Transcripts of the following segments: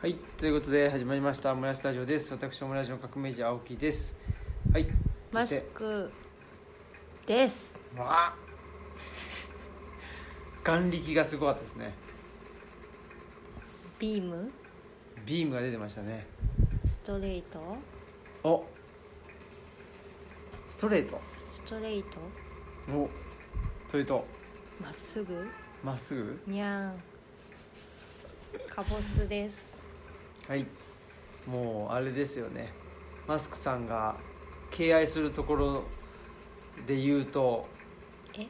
はい、ということで始まりましたオムライスタジオです。私オムライスの革命児青木です。はい。マそしスてクですうわあ。眼力がすごかったですね。ビームビームが出てましたね。ストレートお。ストレート。ストレートお。というとまっすぐまっすぐ。にゃーんカボスですはい。もうあれですよね。マスクさんが敬愛するところで言うとえ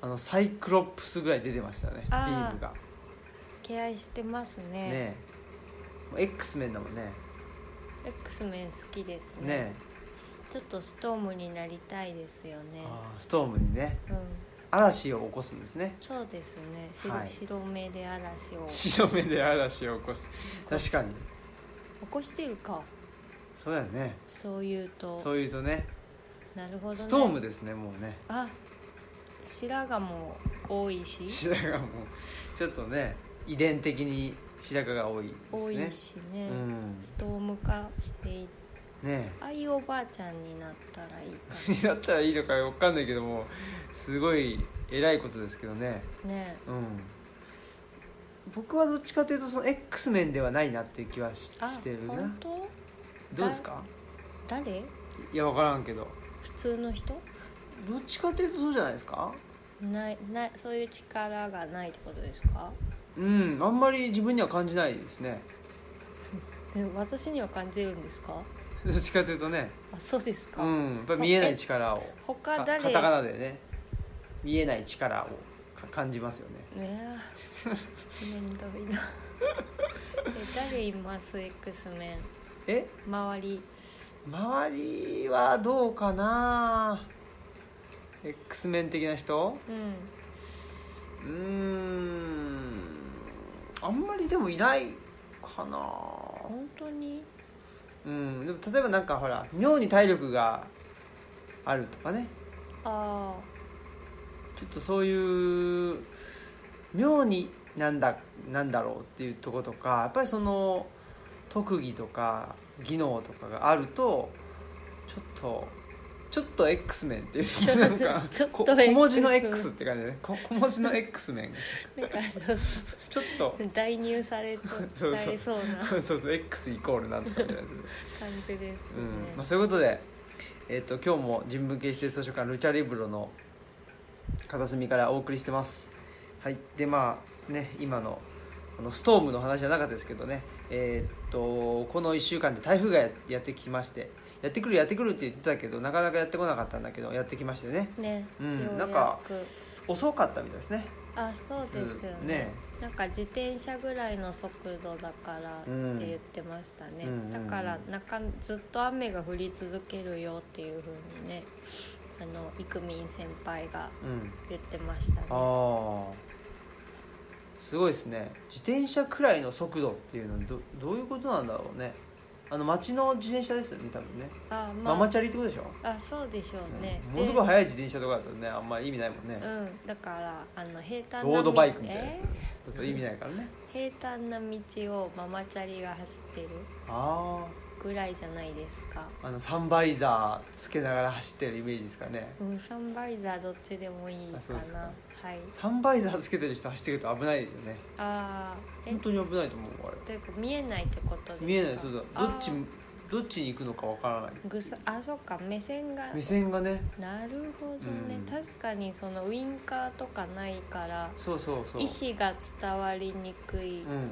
あのサイクロプスぐらい出てましたね。ビあーームが。敬愛してますねねえ X メンだもんね X メン好きですねねちょっとストームになりたいですよえねあーストームにねうん嵐を起こすんですねそうですね白,、はい白目で嵐を起白目で嵐を起こすこ確すかにこしてるかそうやねそういうとそういうとねなるほどねストームですねもうねあ白髪も多いし白髪がもうちょっとね遺伝的に白髪が多いですね多いしね、うんストーム化していねああいうおばあちゃんになったらいいかえだったらいいのかわかんないけどもすごい偉いことですけどねもねうん僕はどっちかというとその X 面ではないなっていう気はし あしてるな本当どうですか誰いや分からんけど普通の人どっちかというとそうじゃないですかないないそういう力がないってことですかうんあんまり自分には感じないですね え私には感じるんですかどっちかというとねあそうですか、うんやっぱり見えない力を他かカ誰タカナでね見えない力をか感じますよねねえめんどいな え誰います X メンえ周り周りはどうかな X 面的な人うんうーんあんまりでもいないかな本当にうんでも例えばなんかほら妙に体力があるとかねあちょっとそういう妙になんだなんだろうっていうとことかやっぱりその特技とか技能とかがあるとちょっとちょっと X メンっていうなんか ちょっとこ小文字の X X って感じでねこ小文字の X メンあなんかそうちょっ と代入されちそうそうゃいそうなそうそう X イコールなんとかみたいなやつで感じですね、うんまあ、そういうことで、えっと今日も人文系施設図書館ルチャリブロの片隅からお送りしてますはいでまあね今のあのストームの話じゃなかったですけどねえっとこの1週間で台風がややってきましてやってくるやってくるって言ってたけどなかなかやってこなかったんだけどやってきましてねね、うんようやくなんか遅かったみたいですねあそうですよねうんねなんか自転車ぐらいの速度だからってうん言ってましたうんうね、んうんだからなかずっと雨が降り続けるよっていうふうにねあのイクミン先輩がうん言ってましたねああすごいですね自転車くらいの速度っていうのはどどういうことなんだろうねあの街の自転車ですよね多分ね、あまマあ、マチャリってことでしょ、あそうでしょうね、うんものすごい速い自転車とかだとねあんまり意味ないもんねで、うん、だからあの平坦なロードバイクみたいなやえつだと意味ないからね、ー平坦な道をママチャリが走ってるあぐらいじゃないですかああのサンバイザーつけながら走ってるイメージですかねうん、サンバイザーどっちでもいいあかそうですなかはいサンバイザーつけてる人走ってると危ないよねああえ本当に危ないと思うあれというか見えないってことですか見えないそうだどっちあどっちに行くのかわからないーぐさあそっか目線が目線がねなるほどね、うん確かにそのウインカーとかないからそうそうそう意思が伝わりにくい、うんうんうん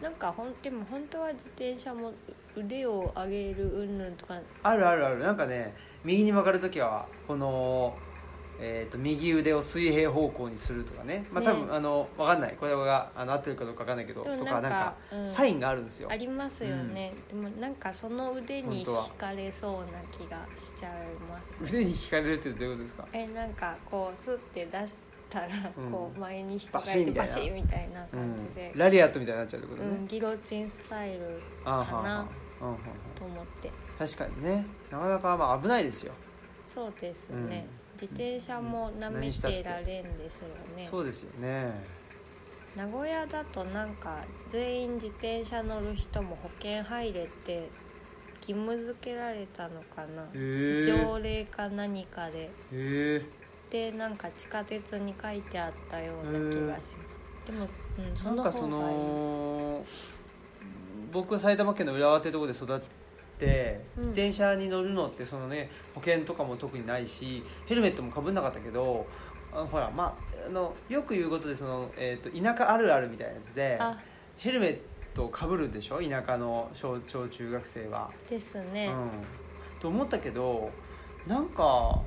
なんかほんでも本当は自転車も腕を上げるうんぬんとかあるあるあるなんかね右に曲がる時はこの、えー、と右腕を水平方向にするとかねまあね多分、あの分かんないこれがあの合ってるかどうか分かんないけどでもとなんかかなんか、うんサインがあるんですよありますよね、でもなんかその腕に本当は惹かれそうな気がしちゃいます腕に引かれるってどういうことですかえなんかこうスッて出したらうんこう前に人がバシいンてみたいなバシンみたいなう感んじで、ラリアットみたいになっちゃうってことうね、ん、ギロチンスタイルあーはかーはーなうんうんうんと思って確かにねなかなかまあ危ないですよ、そうですうんね、自転車もなめてられんですよねそうですよね名古屋だとなんか全員自転車乗る人も保険入れって義務付けられたのかな、へ条例か何かでえでなんか地下鉄に書いてあったような気がします、でも、うん、そなんのか方そがいいの僕は埼玉県の浦和ってとこで育ってうん自転車に乗るのってそのね保険とかも特にないしヘルメットもかぶんなかったけどあほらまああのよく言うことでその、えー、と田舎あるあるみたいなやつであヘルメットをかぶるでしょ田舎の小小中学生は。ですね、うん、と思ったけどなんか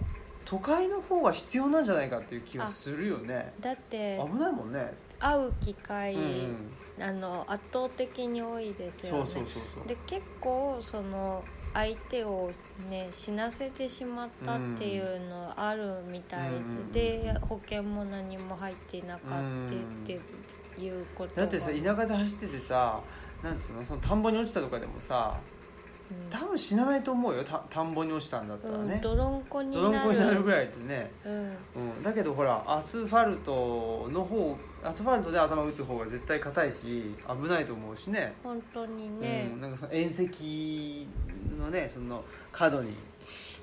都会の方が必要なんじゃないかっていう気はするよねだって危ないもんね、会う機会、うんうんあの圧倒的に多いですそよねうそうそうそうで結構その相手をね死なせてしまったっていうのあるみたいで,、うんで保険も何も入ってなかったっていうことだってさが田舎で走っててさなんつうのその田んぼに落ちたとかでもさ多分死なないと思うよた田んぼに落ちたんだったうらんうねん、、泥んこに泥んなこるになるぐらいでね、うん、うん、だけどほらアスファルトの方アスファルトで頭打つ方が絶対硬いし危ないと思うしね本当にね、うん、なんかその縁石のねその角に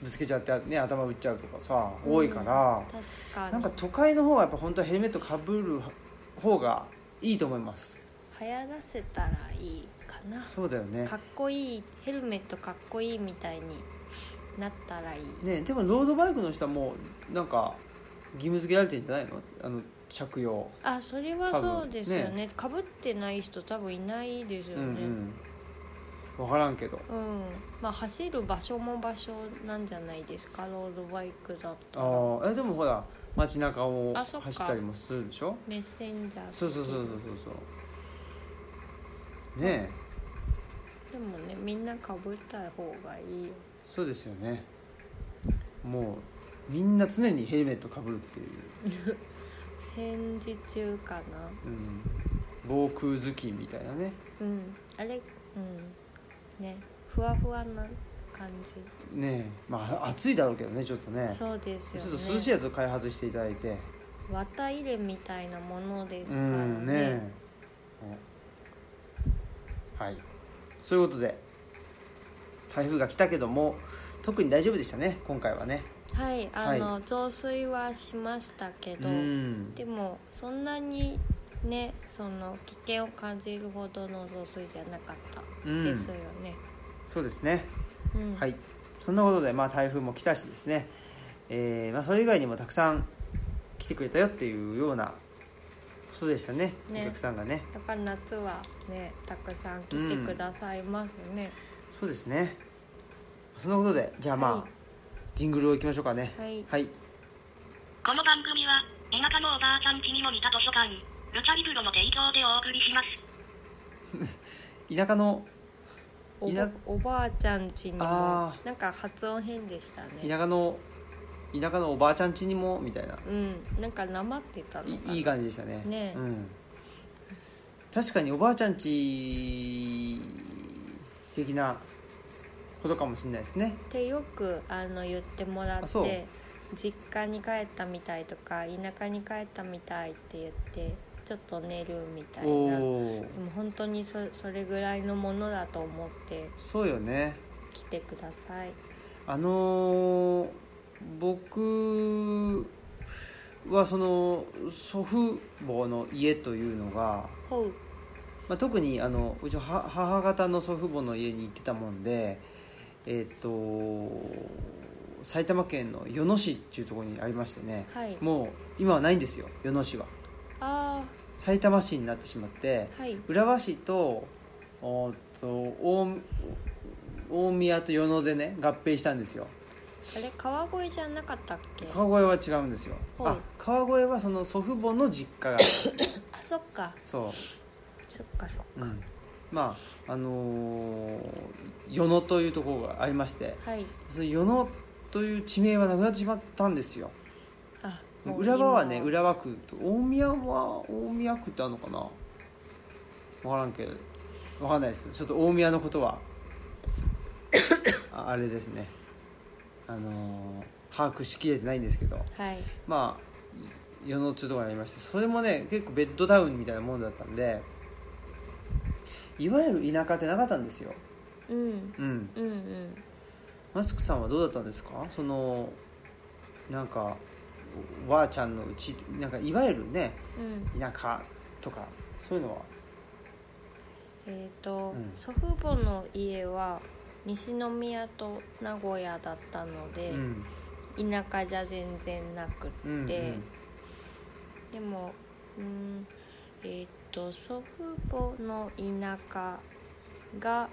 ぶつけちゃって、ね、頭打っちゃうとかさ多いから、確かになんか都会の方がやっぱ本当はヘルメットかぶる方がいいと思います流行らせたらいいかなそうだよねかっこいいヘルメットかっこいいみたいになったらいい、ねでもロードバイクの人はもうなんか義務付けられてんじゃないのあの着用あそれはそうですよ多分ねかぶ、被ってない人多分いないですようんね、うん分からんけどうんまあ走る場所も場所なんじゃないですかロードバイクだあとーえでもほら街中をあそっか走ったりもするでしょメッセンジャーそうそうそうそうそうそうねえでもねみんなかぶった方がいいよそうですよねもうみんな常にヘルメットかぶるっていう、戦時中かなうん、防空頭巾みたいなねうんあれうんねふわふわな感じ、ねえまあ暑いだろうけどねちょっとねそうですちょよっねと涼しいやつを開発していただいて綿入れみたいなものですうからんねねえはいそういうことで台風が来たけども特に大丈夫でしたね今回はねはいあの、は増水はしましたけど、うんでもそんなにねその危険を感じるほどの増水じゃなかったうんですよね、そうですねうんはい、そんなことで、まあ、台風も来たしですね、えーまあ、それ以外にもたくさん来てくれたよっていうようなことでしたねねお客さんがねやっぱ夏はねたくさん来てくださいますね、そうですねそんなことでじゃあまあ、はいジングルをいきましょうかねはいはい、この番組は、田舎のおばあちゃんちにも似た図書館、ルチャリブロの提供でお送りします。田舎のおいばなおばあちゃん家にもあなんか発音変でした田ね舎の田舎のおばあちゃん家にもみたいなうんなんかなまってたのかないいい感じでしたねねえうん、確かにおばあちゃん家的なことかもしれないですねってよくあの言ってもらあそうって実家に帰ったみたいとか田舎に帰ったみたいって言ってちょっと寝るみたいなでもおお本当にそそれぐらいのものだと思ってそうよね来てくださいあのー僕はその祖父母の家というのが、ほうまあ、特にあのうちの母母方の祖父母の家に行ってたもんでえっ、と埼玉県の与野市っていうところにありましてねはいもう今はないんですよ与野市はあ埼玉市になってしまってあはい浦和市とおーっと大大宮と与野でね合併したんですよあれ川越じゃなかったっけあ川越は違うんですよ、はいあ川越はその祖父母の実家があるんですよそっかそそっかそっう、うん、まああのー与野というところがありましてかはいその与野という地名はなくなってしまったんですよあ浦和はね今浦和区と大宮は大宮区ってあるのかな分からんけど分かんないですちょっと大宮のことはああれですねあのー把握しきれてないんですけどはいまあ世の中とかにありましてそれもね結構ベッドタウンみたいなもんだったんでいわゆる田舎ってなかったんですようんうんうんうんマスクさんはどうだったんですかそのなんかおばあちゃんのうちなんかいわゆるねうん田舎とかそういうのはえっ、と、うん祖父母の家は西宮と名古屋だったので、うん田舎じゃ全然なくって、うんでもうんえっ、と祖父母の田舎が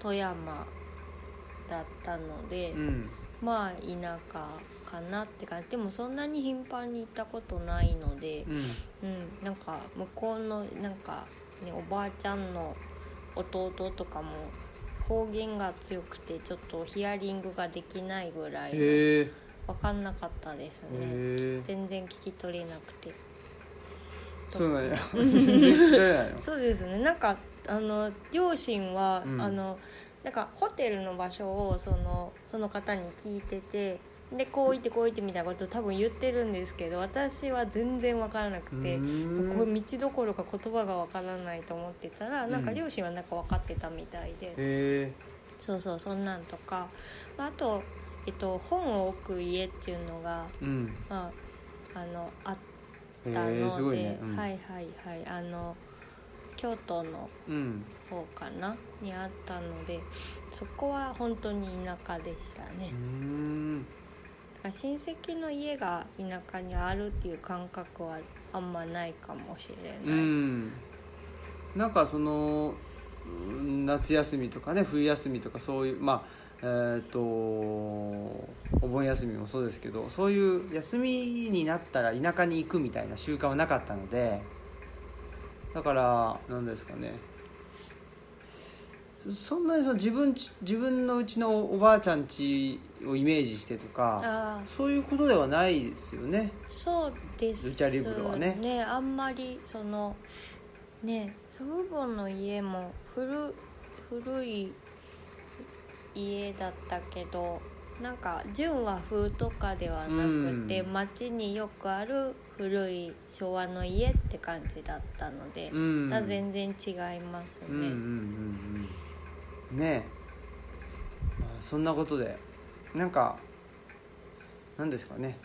富山だったので、うんまあ田舎かなって感じでもそんなに頻繁に行ったことないのでう、んうん、なんか向こうのなんか、ね、おばあちゃんの弟とかも方言が強くてちょっとヒアリングができないぐらいのへえ分かんなかったですねへえ全然聞き取れなくてそう なんや全然聞き取れないのそう ですねなんかあの両親は、うんあのなんかホテルの場所をそのその方に聞いててでこう行ってこう行ってみたいなことを多分言ってるんですけど私は全然分からなくて。うーんこれ道どころか言葉がわからないと思ってたらなんかうん両親はなんか分かってたみたいで、へそうそうそんなんとかまああと、えっと、本を置く家っていうのが、えうんまあ、あのあっへたえすのごで、いねうんはいはいはいあの京都のうん方かなにあったのでそこは本当に田舎でしたねうー、んなんか親戚の家が田舎にあるっていう感覚はあんまないかもしれうない、んなんかそのうん夏休みとかね冬休みとかそういうまあえー、とお盆休みもそうですけどそういう休みになったら田舎に行くみたいな習慣はなかったのでだから何ですかねそそんなにその自分ち自分のうちのおばあちゃん家をイメージしてとかああそういうことではないですよね。そうですルチャリブロはねあんまりそのね祖父母の家も古古い家だったけどなんか純和風とかではなくて、うん街によくある古い昭和の家って感じだったので、うんまた全然違いますね、うんうんうんうんねえ、まあ、そんなことでなんかなんですかね、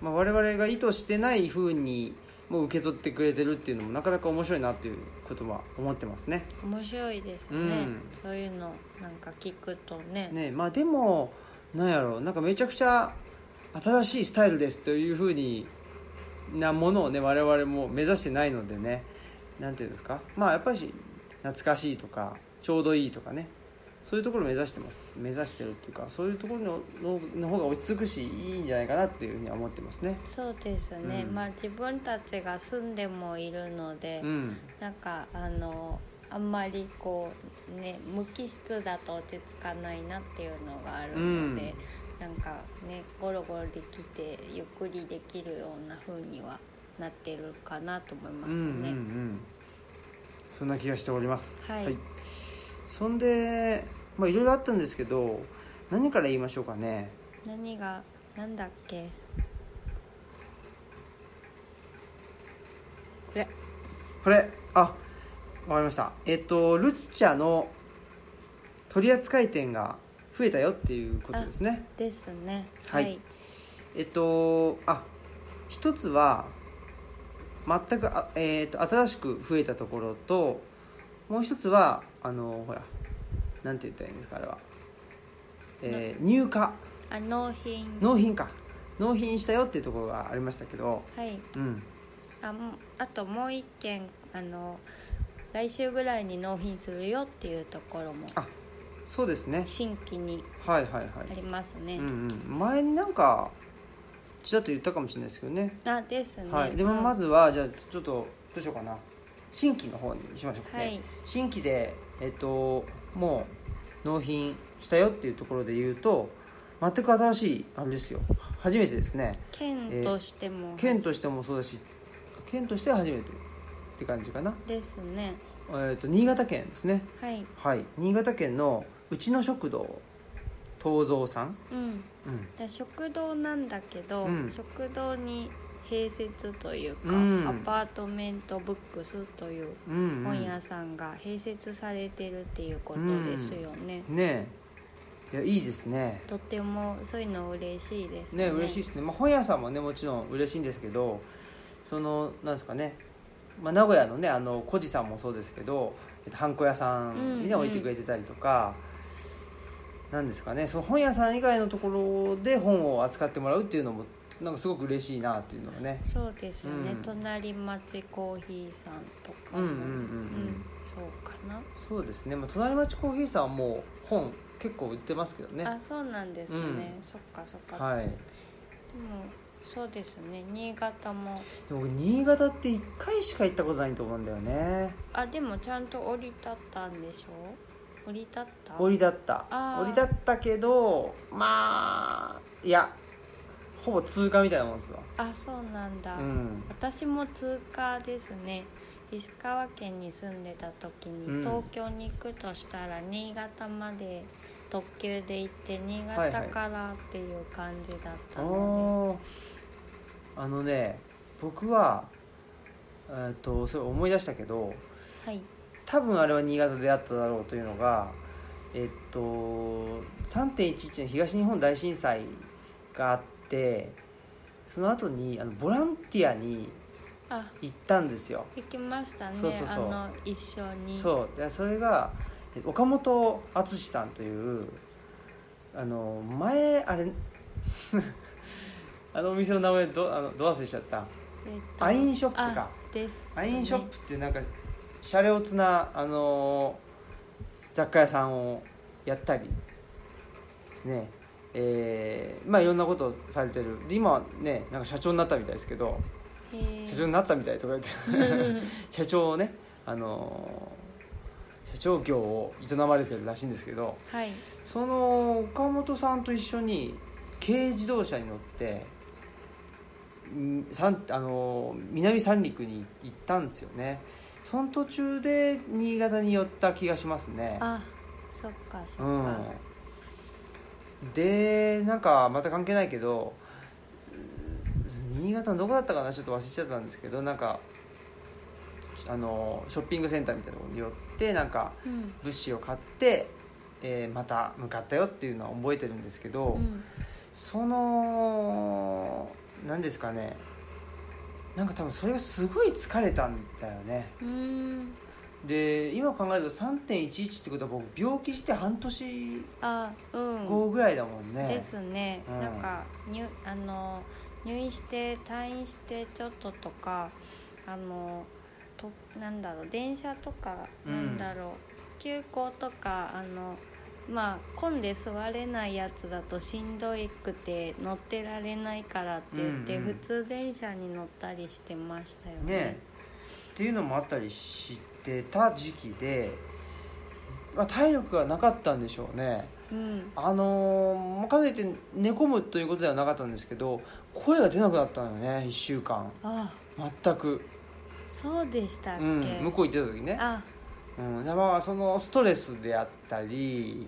まあ、我々が意図してない風にもう受け取ってくれてるっていうのもなかなか面白いなっていうことは思ってますね。面白いですね、うんそういうのなんか聞くとねねえまあ、でもなんやろうなんかめちゃくちゃ新しいスタイルですという風になものをね我々も目指してないのでねなんていうんですかまあやっぱり懐かしいとかちょうどいいとかねそういうところを目指してます目指してるっていうかそういうところののの方が落ち着くしいいんじゃないかなっていうふうには思ってますねそうですね、うんまあ自分たちが住んでもいるので、うんなんかあのあんまりこうね無機質だと落ち着かないなっていうのがあるので、なんかねゴロゴロできてゆっくりできるような風にはなってるかなと思いますうんね。うんうんそんな気がしておりますはいそんでまあいろいろあったんですけど何から言いましょうかね何がなんだっけこれこれあわかりましたえっとルッチャの取り扱い店が増えたよっていうことですねですね。はいえっとあ一つは全くあ、えっと新しく増えたところともう一つはあのほらなんて言ったらいいんですかあれは、えー入荷あ納品納品か納品したよっていうところがありましたけどはいうんあもあともう一件あの来週ぐらいに納品するよっていうところもあそうですね新規にはいはいはいありますね、うんうん、前になんかちらっと言ったかもしれないですけどねあですね、はい、でもうんまずはじゃあちょっとどうしようかな新規の方にしましょうかね、はい新規で、えっと、もう納品したよっていうところで言うと全く新しいあれですよ初めてですね県としても、県としてもそうだし県としては初めてって感じかな、ですねえっと新潟県ですねはいはい新潟県のうちの食堂東蔵さん、うんうん、で食堂なんだけど、うん食堂に併設というか、うんアパートメントブックスといううんうん本屋さんが併設されてるっていうことですよね、ねえいやいいですねとってもそういうの嬉しいですねね嬉しいですね、まあ、本屋さんもねもちろん嬉しいんですけどそのなんですかね、まあ、名古屋のねあの小路さんもそうですけどえっとハンコ屋さんにねうんう置んいてくれてたりとか、なんですかねその本屋さん以外のところで本を扱ってもらうっていうのもなんかすごく嬉しいなっていうのがねそうですよね、うん隣町コーヒーさんとかうんうんうもんうんうんそうかな、そうですね、まあ、隣町コーヒーさんはもう本結構売ってますけどねあそうなんですね、うんそっかそっか、はいでもそうですね新潟もでも僕新潟って1回しか行ったことないと思うんだよねあでもちゃんと降り立ったんでしょ降り立った降り立ったあー降り立ったけどまあいやほぼ通過みたいなもんですわあそうなんだ、うん私も通過ですね石川県に住んでた時うんに東京に行くとしたら新潟まで特急で行って新はいは潟いからっていう感じだったのおーあのね僕はえーっとそれ思い出したけどで、はい多分あれは新潟であっただろうというのがえっと3.11の東日本大震災があってその後にあのボランティアにあ行ったんですよ行きましたねそうそうそうあの一緒にそうでそれがえ岡本淳さんというあの前あれ あのお店の名前どあのど忘れしちゃったえっアインショップかあです、アインショップっていうなんかシャレオツなあの雑貨屋さんをやったりねえーまあいろんなことをされてるで今はねなんか社長になったみたいですけどへー社長になったみたいとか言って社長をねあのー社長業を営まれてるらしいんですけどはいその岡本さんと一緒に軽自動車に乗ってん三あのー南三陸に行ったんですよねその途中で新潟に寄った気がしますねあそっかそっか、うん、でなんかまた関係ないけどうん新潟のどこだったかなちょっと忘れちゃったんですけどなんかあのショッピングセンターみたいなところに寄ってなんかうん物資を買って、えーまた向かったよっていうのは覚えてるんですけど、うんその何ですかねなんか多分それがすごい疲れたんだよねうーんで今考えると3.11ってことは僕病気して半年あうん後ぐらいだもんね、ですね、うんなんか入あの入院して退院してちょっととかあのとなんだろう電車とか、うんなんだろう急行とかあのまあ混んで座れないやつだとしんどいくて乗ってられないからって言って、うんうん普通電車に乗ったりしてましたよねねっていうのもあったりしてた時期で、まあ、体力がなかったんでしょうねうんあのー、かといって寝込むということではなかったんですけど声が出なくなったのよね1週間あ全く、そうでしたっうけ、ん、向こう行ってた時ね、あうん、でまあそのストレスであったり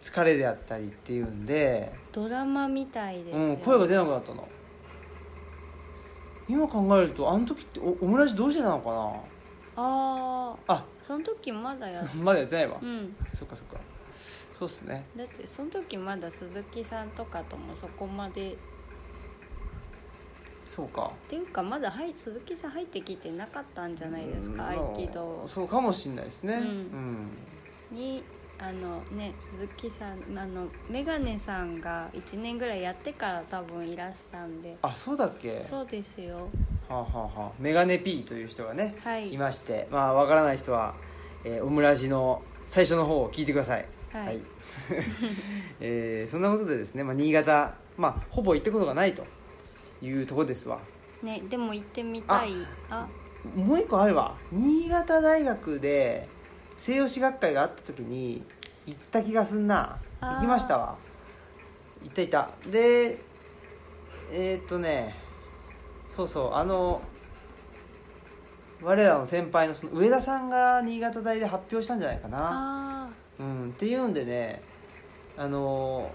疲れであったりっていうんでドラマみたいですよ、うん、声が出なくなったの今考えるとあの時っておオムライスどうしてたのかああなあその時まだや っまだやってないわ、うんそっかそっかそうっすねだってその時まだ鈴木さんとかともそこまでっそうかていうかまだ、はい、鈴木さん入ってきてなかったんじゃないですか、うん合気道そうかもしんないですねううんん、にあのね鈴木さんあのメガネさんが1年ぐらいやってから多分いらしたんであそうだっけそうですよはあ、はあはあ、メガネ P という人がね、はいいましてまあわからない人は、えーオムラジの最初の方を聞いてください はいえーそんなことでですね、まあ、新潟まあほぼ行ったことがないというとこですわねでも行ってみたいあもう一個あるわ新潟大学で西洋史学会があった時に行った気がすんなあー行きましたわ行った行ったでえーっとねそうそうあの我らの先輩のその上田さんが新潟大で発表したんじゃないかな、あうん、っていうんでねあの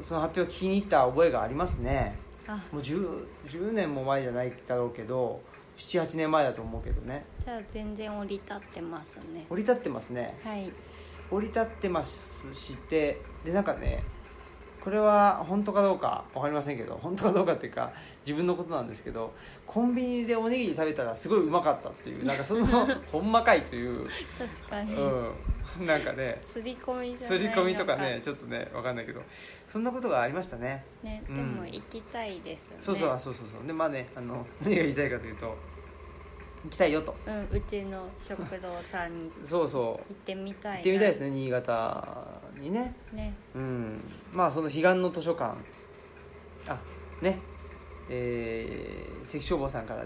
その発表を聞きに行った覚えがありますねああもう 10, 10年も前じゃないだろうけど78年前だと思うけどねじゃあ全然降り立ってますね降り立ってますねはい降り立ってますしてでなんかねこれは本当かどうか分かりませんけど本当かどうかっていうか自分のことなんですけどコンビニでおにぎり食べたらすごいうまかったっていうなんかその ほんまかいという、確かに、うん、なんかねすり込みじゃな刷いりの込みとかねちょっとね分かんないけどそんなことがありましたねねうんでも行きたいですね、そうそう、あそうそうそうでまあねあの何が言いたいかというと行きたいよとうん、うちの食堂さんに行そうそうってみたい行ってみたいですねね新潟にねねうんまあその彼岸の図書館あねえー関消防さんから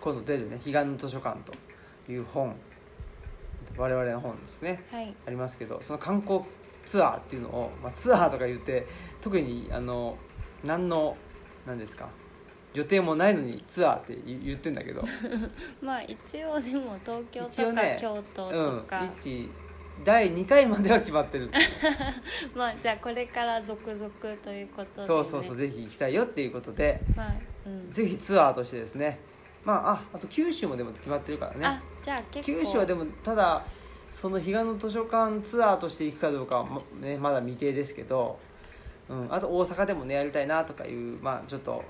今度出るね「彼岸の図書館」という本我々の本ですねはいありますけどその観光ツアーっていうのを、まあ、ツアーとか言って特にあの何の何ですか予定もないのにツアーって言言ってんだけどまあ一応でも東京一応とか、ね京う都んとか、一第2回までは決まってるまあじゃあこれから続々ということで、ね、そうそうそうぜひ行きたいよっていうことでまあうんぜひツアーとしてですねまあああと九州もでも決まってるからあねじゃあ結構九州はでもただその彼岸の図書館ツアーとして行くかどうかはま,、ね、まだ未定ですけど、うん、あと大阪でもねやりたいなとかいう、まあ、ちょっと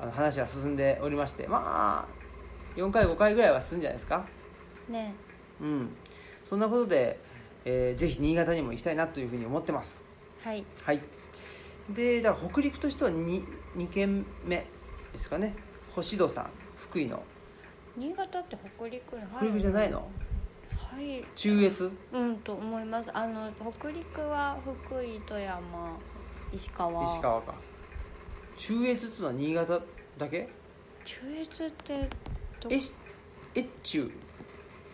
あの話は進んでおりましてまあ4回5回ぐらいは進んじゃないですかねうんそんなことで、えーぜひ新潟にも行きたいなというふうに思ってますはいはいでだから北陸としては 2, 二軒目ですかね星戸さん福井の新潟って北陸に入る北陸じゃないのはい中越うんと思いますあの北陸は福井富山石川石川か中越っつうのは新潟だけ中越ってどえし越中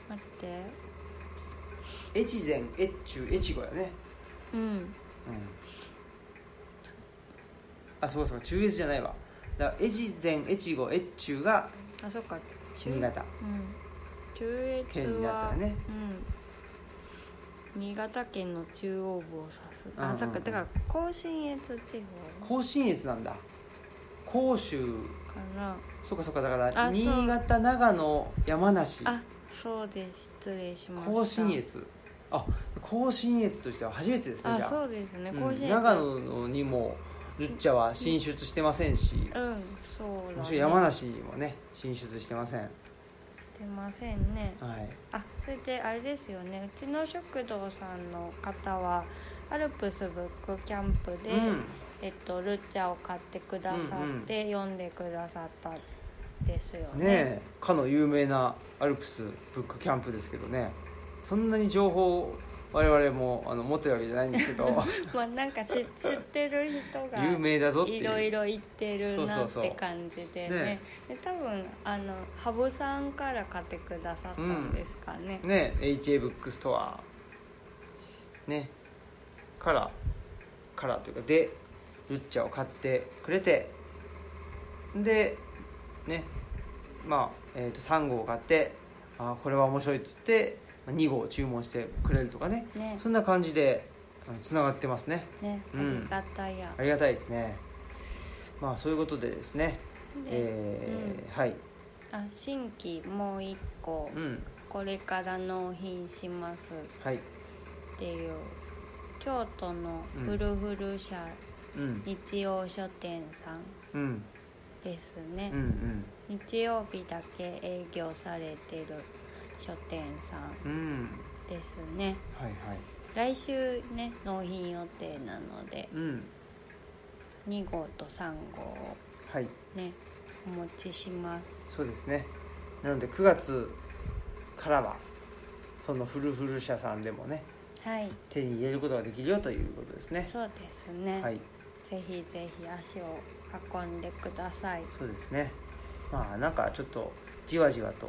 待って越前越中越後やねうんうんあそうかそうか中越じゃないわだから越前越後越中があそっか中新潟うん中越県になっはたらねうん、新潟県の中央部を指すあ、うんうんそっかだから甲信越地方甲信越なんだ甲州からそうかそうかだからあそう新潟長野山梨あそうです失礼しました甲信越あ甲信越としては初めてですねあじゃあそうですねうん甲信越、長野にもルッチャは進出してませんし、うんそうだ、もちね、ろん山梨にもね進出してませんはいしてませんねあそれであれですよねうちの食堂さんの方はアルプスブックキャンプで、うんえっと、ルッチャを買ってくださって、読んでくださったんですよねねえかの有名なアルプスブックキャンプですけどねそんなに情報を我々もあの持ってるわけじゃないんですけど まあなんか知知ってる人が有名だぞっていういろいろ言ってるそうなっそうそうて感じでねねで多分あの羽生さんから買ってくださったんですかね、ねえ HA ブックストアねからからというかでルッチャを買ってくれてでねまあ、えー、と3号を買ってあーこれは面白いっつって2号を注文してくれるとかねねそんな感じでつながってますねねあうんりがたや、ありがたいですねまあそういうことでですねでえーはいあ新規もう一個、うんこれから納品しますはいっていう京都のふるふる社うん日曜書店さんうんですね、うんうん日曜日だけ営業されてる書店さうんんですねはいはい来週ね納品予定なのでうん2号と3号をはいねお持ちしますそうですねなので9月からはそのフルフル社さんでもねはい手に入れることができるよということですねそうですね、はいぜひぜひ足を運んでくださいそうですねまあなんかちょっとじわじわと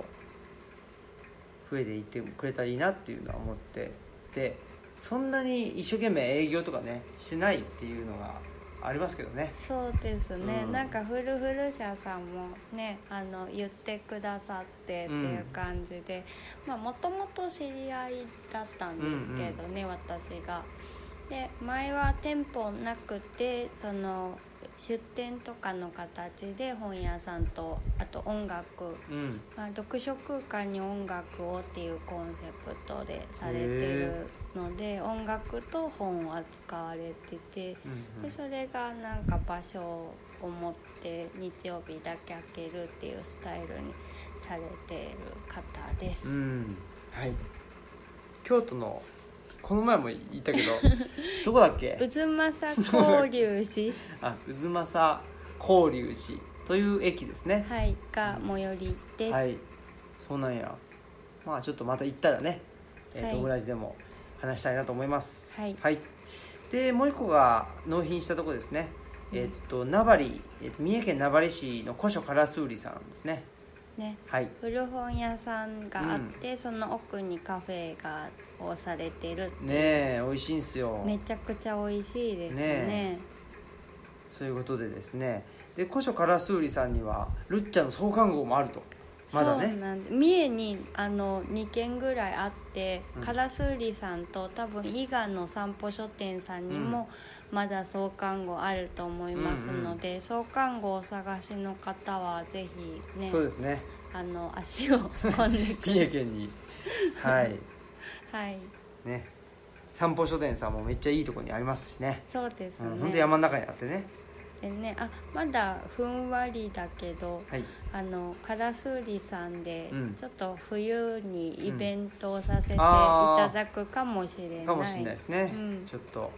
増えていってくれたらいいなっていうのは思ってでそんなに一生懸命営業とかねしてないっていうのがありますけどねそうですね、うんなんかフルフル社さんもねあの言ってくださってってうんいう感じで、まあもともと知り合いだったんですけどね、私が。で前は店舗なくてその出店とかの形で本屋さんとあと音楽、うんまあ、読書空間に音楽をっていうコンセプトでされてるので音楽と本は使われててうんうでんそれがなんか場所を持って日曜日だけ開けるっていうスタイルにされてる方です。うんはい京都のこの前も言ったけ どどこだっけうずまさ交流寺あ渦政交流寺という駅ですねはいが最寄りです、はいそうなんやまあちょっとまた行ったらね、えーはいとオムラジでも話したいなと思いますはいでもう一個が納品したとこですねえーっと名張、えーっと三重県名張市の古書カラスウリさんですねねはい古本屋さんがあって、その奥にカフェがをされてるねえ美味しいんすよめちゃくちゃ美味しいですねねそういうことでですねで古書カラスウリさんにはルッチャの創刊号もあるとまだそうねなんで三重にあの2軒ぐらいあって、うんカラスウリさんと多分伊賀の散歩書店さんにもまだ創刊号あると思いますので、創刊号をお探しの方はぜひねそうですねあの足を込んでく三重県にはい はいね散歩書店さんもめっちゃいいとこにありますしねそうですね、うん、ほんと山の中にあってねでねあまだふんわりだけどはいあのカラスウリさんで、うんちょっと冬にイベントをさせていあーただくかもしれない、かもしれないですね、うんちょっと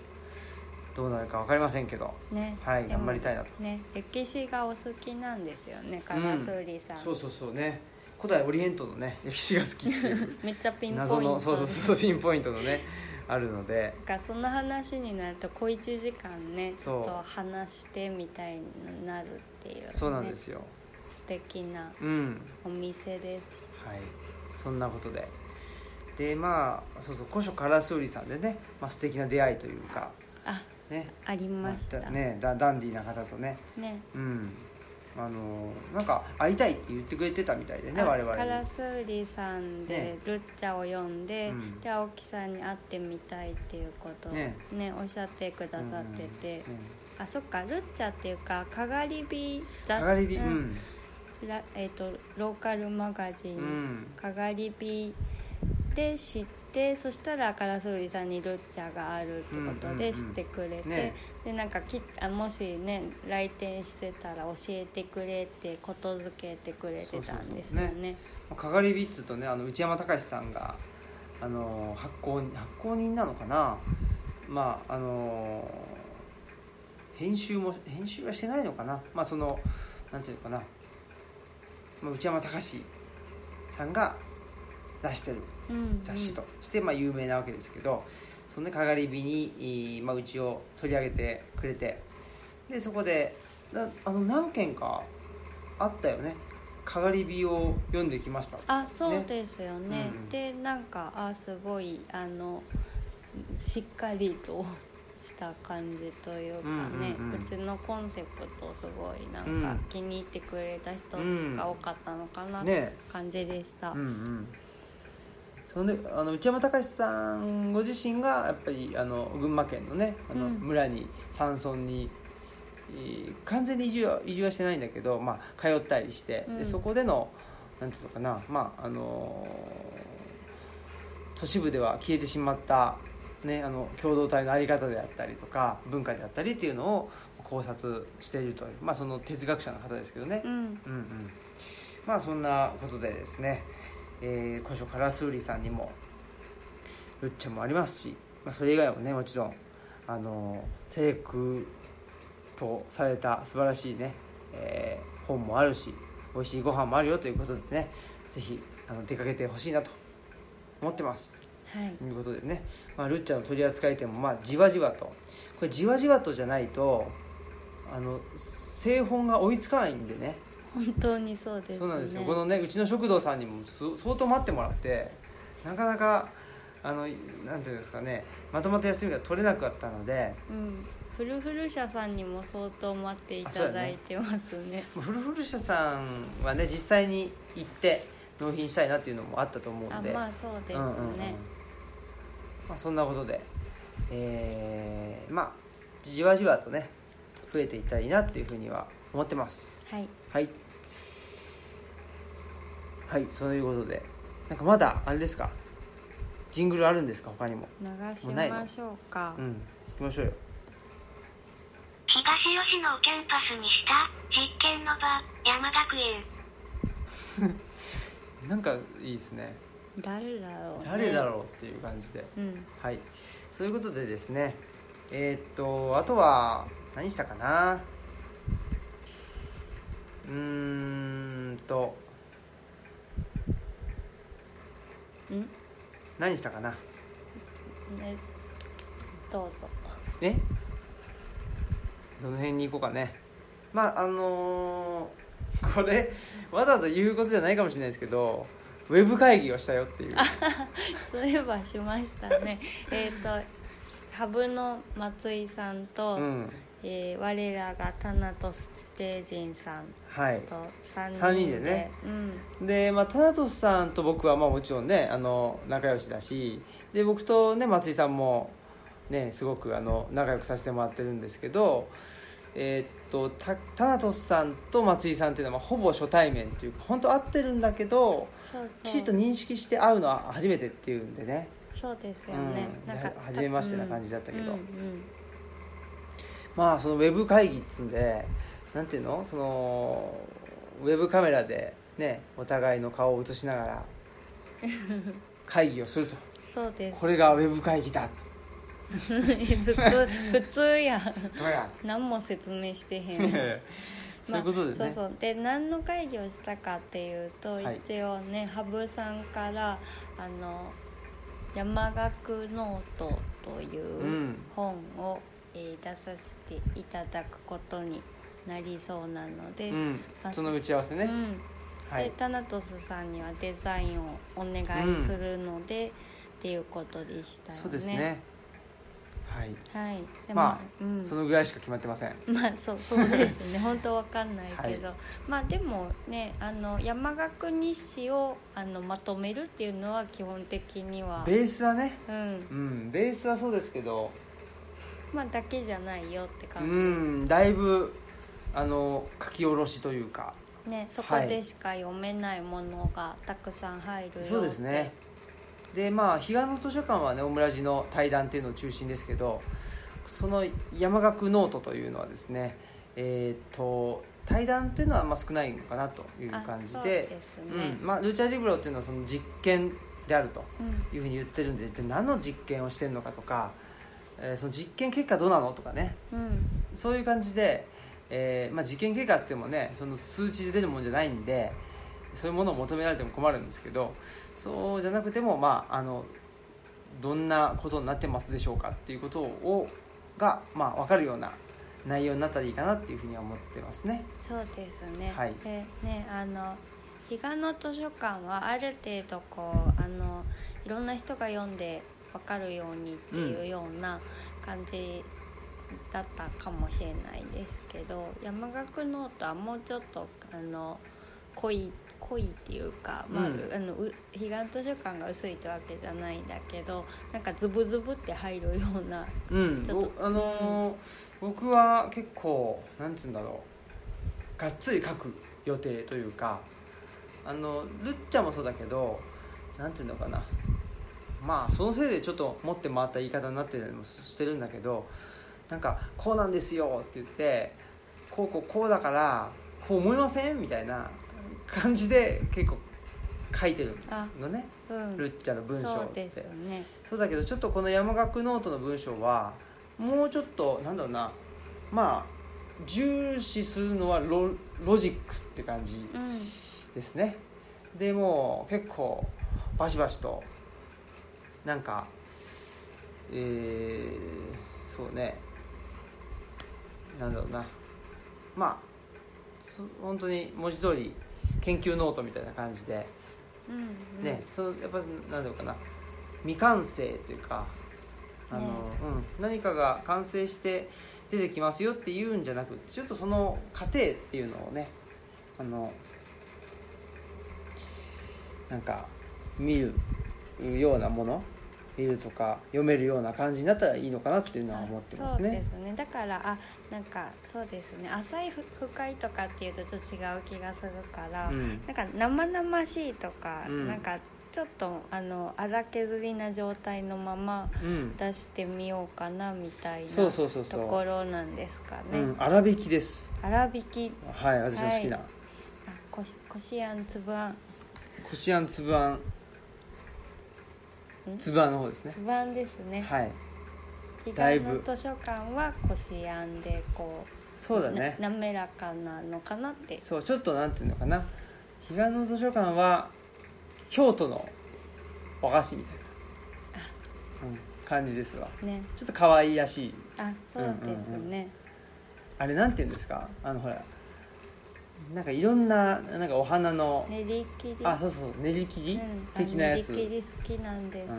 どうなるか分かりませんけどねはいでも頑張りたいなとね歴史がお好きなんですよねカラスウリさん、そうそうそうね古代オリエントのね歴史が好きっていうめっちゃ ピンポイント謎のそうそうそうピンポイントのねあるのでなんかその話になると小一時間ねちそょうっと話してみたいになるっていう、ね、そうなんですよ、素敵なうんお店ですはいそんなことででまあそうそう古書カラスウリさんでね、まあ素敵な出会いというかあねありましたねねダダンディーな方とねうんあのなんか会いたいって言ってくれてたみたいでねあ我々にカラスウリさんねでルッチャを読んで、うんで青木さんに会ってみたいっていうことをねねおっしゃってくださってて、うんうんあそっかルッチャっていうかかがり火かがり火ううんんらえー、とローカルマガジうン、んかがり火で知ってそしたらカラスウリさんにルッチャがあるってことうんうんうでん知ってくれて、ねでなんかきあもしね来店してたら教えてくれってことづけてくれてたんですよそうそうそうね。かがり火っつうとねあの内山隆さんがあの発行発行人なのかなまああの編集も編集はしてないのかなまあそのなんていうのかな、まあ、内山隆さんが出してるうんうん雑誌として、まあ、有名なわけですけどそのねかがり火に、えーまあ、うちを取り上げてくれてでそこでなあの何件かあったよねかがり火を読んできましたあそうですよねうんうんでなんかあすごいあのしっかりとした感じというかね、ううんうんうんちのコンセプトすごいなうんんか気に入ってくれた人が多かったのかなってね感じでした、うんうんそんであの内山隆さんご自身がやっぱりあの群馬県のねあのうん村に山村に、えー完全に移住は移住はしてないんだけど、まあ、通ったりして、うでんそこでのなんていうのかな、まああのー都市部では消えてしまった、ね、あの共同体の在り方であったりとか文化であったりっていうのを考察しているという、まあ、その哲学者の方ですけどね、うんうんうん、まあそんなことでですね、えー、古書カラスウリさんにもルッチャもありますし、まあ、それ以外もねもちろんあのーセレクトされた素晴らしいね、えー本もあるし美味しいご飯もあるよということでねぜひあの出かけてほしいなと思ってますはいということでね、まあ、ルッチャの取り扱い店もまあじわじわとこれじわじわとじゃないとあの製本が追いつかないんでね本当にそうですねそうなんですよこのねうちの食堂さんにもす相当待ってもらってなかなかあのなんていうんですかねまとまった休みが取れなかったのでうんフルフル社さんにも相当待っていただいてますねもうフルフル社さんはね実際に行って納品したいなっていうのもあったと思うあんでまあそうですね、うんうんうんまあ、そんなことでえーまあじわじわとね増えていったらいいなっていうふうには思ってますはいはいはいそういうことでなんかまだあれですかジングルあるんですか他にも流しましょうかうん行きましょうよ東吉野をキャンパスにした実験の場山学園なんかいいですね誰だろう、ね、誰だろうっていう感じでううんはいそういうことでですねえーっとあとは何したかなうーんとうん何したかなねどうぞねどの辺に行こうかねまああのー これわざわざ言うことじゃないかもしれないですけどウェブ会議をしたよっていうそういえばしました ねえっとハブの松井さんと、うんえー我らがタナトステージンさんはいと3人で三人でねうん、でまあタナトスさんと僕はまあもちろんねあの仲良しだしで僕とね松井さんもねすごくあの仲良くさせてもらってるんですけどえーっとたタナトスさんと松井さんっていうのはまあほぼ初対面っていうか本当会ってるんだけどそうそうきちっと認識して会うのは初めてっていうんでねそうですよね、うんなんかは初めましてな感じだったけどうんうんまあそのウェブ会議っつうんでなんていうのそのウェブカメラでねお互いの顔を映しなが ら会議をするとそうです これがウェブ会議だ普通普通やんどうや何も説明してへんわ そういうことですね、まあ、そうそうで何の会議をしたかっていうと、はい一応ね羽生さんからあの「山岳ノート」といううん本を、えー出させていただくことになりそうなので、うんまあその打ち合わせね、うんはでいタナトスさんにはデザインをお願いするので、っていうことでしたよね。そうですねはい、はい、でも、まあうん、そのぐらいしか決まってません まあそうそうですね本当わかんないけど、はまあでもねあの山岳日誌をあのまとめるっていうのは基本的にはベースはねうんうんベースはそうですけどまあだけじゃないよってう感んだいぶあの書き下ろしというかじ、ねそこでしか読めないものがたくさん入るよそうですねでまあ彼岸の図書館はねオムラジの対談っていうのを中心ですけどその山岳ノートというのはですねえーっと対談っていうのはあんま少ないのかなというあ感じそうでですね、うんまあ、ルチャリブロっていうのはその実験であるとうんいうふうに言ってるんで一体何の実験をしてるのかとか、えーその実験結果どうなのとかねうんそういう感じで、えーまあ、実験結果っつってもねその数値で出るもんじゃないんでそういうものを求められても困るんですけどそうじゃなくても、まあ、あのどんなことになってますでしょうかっていうことをが、まあ、分かるような内容になったらいいかなっていうふうには思ってますね。そうですね、はいでねあの彼岸の図書館はある程度こうあのいろんな人が読んで分かるようにっていううような感じだったかもしれないですけど、山岳ノートはもうちょっとあの濃い濃いっていうか、まあうんあのう彼岸図書館が薄いってわけじゃないんだけどなんかズブズブって入るようなうん、ちょっとぼあのー僕は結構なんつうんだろうがっつり書く予定というかあのルッチャもそうだけどなんていうのかなまあそのせいでちょっと持って回った言い方になってたりもしてるんだけどなんか「こうなんですよ」って言って「こうこうこうだからこう思いません?」みたいな感じで結構書いてるあのねうんルッチャの文章そうっですて。ねそうだけどちょっとこの山岳ノートの文章はもうちょっとなんだろうなまあ重視するのはロロジックって感じうんですねでもう結構バシバシとなんかえー、そうねなんだろうなまあそ本当に文字通り研究ノートみたいな感じでうんね、そのやっぱ何だろうかな未完成というかあの、ねうん、何かが完成して出てきますよっていうんじゃなくてちょっとその過程っていうのをねあのなんか見るようなもの見るとか読めるような感じになったらいいのかなっていうのは思ってますそうでね。すねだからあなんかそうですね浅いふ深いとかっていうとちょっと違う気がするから、うんなんか生々しいとか、うんなんかちょっとあの荒削りな状態のままうん出してみようかなみたいなそうそうそうとそう。ころなんですかうね。ん、粗挽きです。粗挽きはい、私の好きな。はあこしこしあんつぶあんこしあんつぶあん。んつぶあんの方ですねつ。ぶあんですね。はい。伊だい賀ぶの図書館はこしあんでこそううだね。な滑らかなのかなって。そう、ちょっとなんていうのかな。彼岸の図書館は。京都の。和菓子みたいな。うん、感じですわ。ね。ちょっと可愛いらしい。あそうですうんうんね。あれなんていうんですか。あのほら。なんかいろんな、なんかお花の。練り切り。あ、そうそう、練り切りうん。あ的なやつ。練り切り好きなんですよ。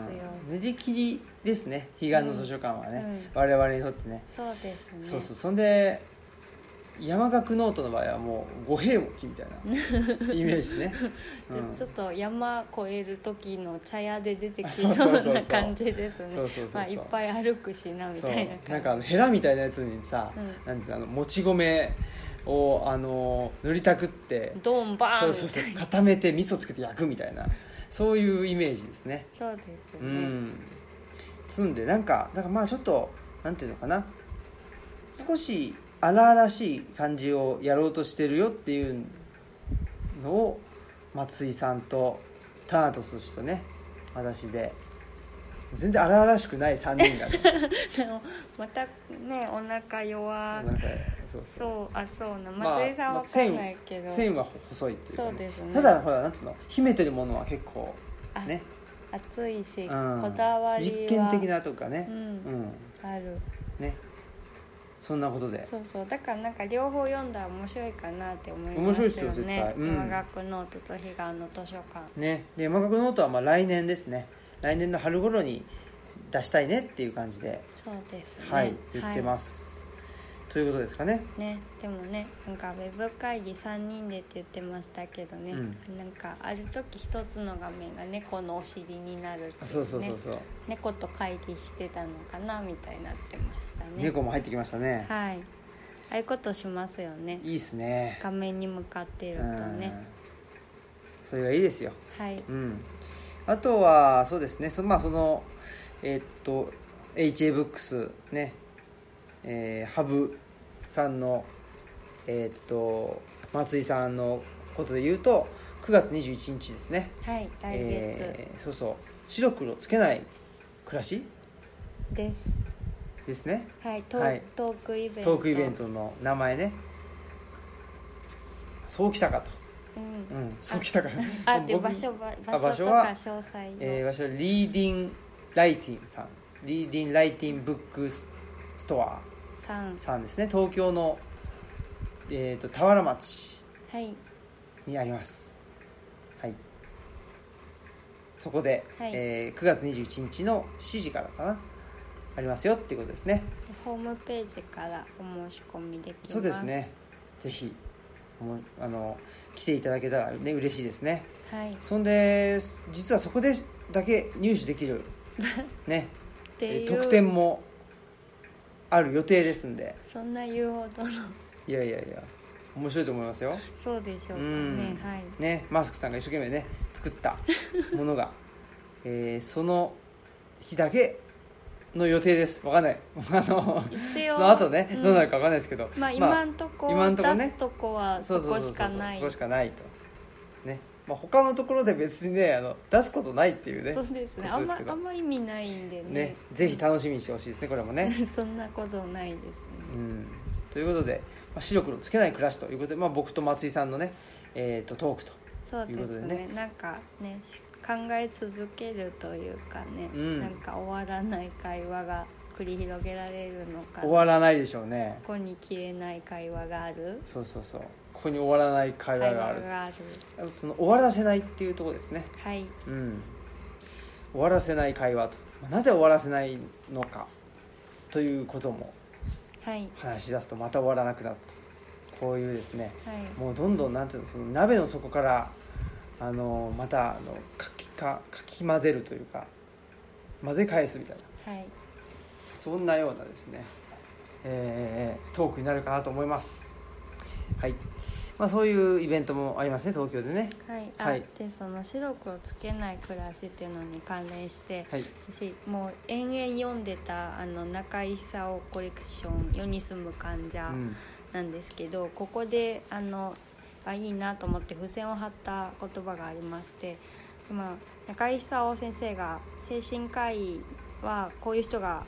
うん練り切りですね彼岸の図書館はね、我々にとってねそうですね。そうそうそんで山岳ノートの場合はもう五平餅みたい なイメージね、うん、ちょっと山越える時の茶屋で出てあきそうそそうそうそううな感じですねそうそうそうそうまあいっぱい歩くしなみそうたいななんかあ感のヘラみたいなやつにさ、うんなんていうのあのもち米をあの塗りたくってじドンバーンそうみたいなそうそう固めて味噌つけて焼くみたいなそういうイメージですねそうですね、うん積んでなんかだからまあちょっとなんていうのかな少し荒々しい感じをやろうとしてるよっていうのを松井さんとタナトス氏とね私で全然荒々しくない3人が ねでもまたねお腹な弱んかそうそうそうあそうなまあ松井さんまあわかんないけど、線は細いっていうかねそうですねただほらなんていうの秘めてるものは結構あね、暑いうし、んこだわりは実験的なとかねう、、うんん、あるねそんなことでそうそうだからなんか両方読んだら面白いかなって思い面ま白いっすすよよ絶ね対うん山岳ノートと彼岸の図書館ねで山岳ノートはまあ来年ですね来年の春頃に出したいねっていう感じで、そうですね、はい言ってますす、ということですかねはいねでもねなんかウェブ会議3人でって言ってましたけどね、うなんかある時一つの画面が猫のお尻になるっていあねそうそうそうそう、猫と会議してたのかなみたいになってましたね猫も入ってきましたね、はいああいうことしますよねい、いっすね画面に向かっているうとんねそれがいいですよはいうんあとはそうですねそ,、まあ、そのえっと HA ブックスねえーハブさんのえっと松井さんのことで言うと9月21日ですねはい来月えーそうそう白黒つけない暮らしです、ですねはいトーはいトークイベントトークイベントの名前ねそうきたかと、うんうん、そうきたかあで僕場所ばあ場所場所とはか詳細を、えー場所はリーディンライティンさんリーディンライティンブックストアさんさんですね東京の、えー、と田原町はいにありますはいそこで、はいえー9月21日の7時からかなありますよっていうことですねホームページからお申し込みできますそうですねぜひもうあの来ていただけたらね嬉しいですねはいそんで実はそこでだけ入手できる ねていう特典もある予定ですんでそんな言うほどのいやいやいや面白いと思いますよそうでしょうかうんねはいねマスクさんが一生懸命ね作 ったものが、えーその日だけの予定ですわかんない あの一応その後ね、うんどうなるかわかんないですけどまあ今んとこ今んとこね出すとこはそうそそうこそうしそかうないそこしかないとねまあ他のところで別にねあの出すことないっていうねそうですねことあんですまけどあんま意味ないんねでねぜひ楽しみにしてほしいですねこれもね そんなことないですねうんということで、まあ、白黒つけない暮らしということで、まあ、僕と松井さんのね、えー、とトークとそういうでことですねねなんかねし考え続けるというかね、うんなんか終わらない会話が繰り広げられるのか終こわらないでしょうねこに消えない会話があるそうそうそうここに終わらない会話があるがあるあとその終わらせないっていうところですねはいうん終わらせない会話と、まあなぜ終わらせないのかということもはい話し出すとまた終わらなくなったこういうですねはいもうどんどんなんていうのその鍋の底からあのまたあのかきかかき混ぜるというか混ぜ返すみたいなはいそんなようなですね、えートークになるかなと思いますはい、まあ、そういうイベントもありますね東京でねはいあ、はいでその「白黒つけない暮らし」っていうのに関連して、はい私もう延々読んでたあの中井久夫コレクション「世に住む患者」うんなんですけどここであのあいいなと思って付箋を貼った言葉がありまして、まあ、中井久夫先生が精神科医はこういう人が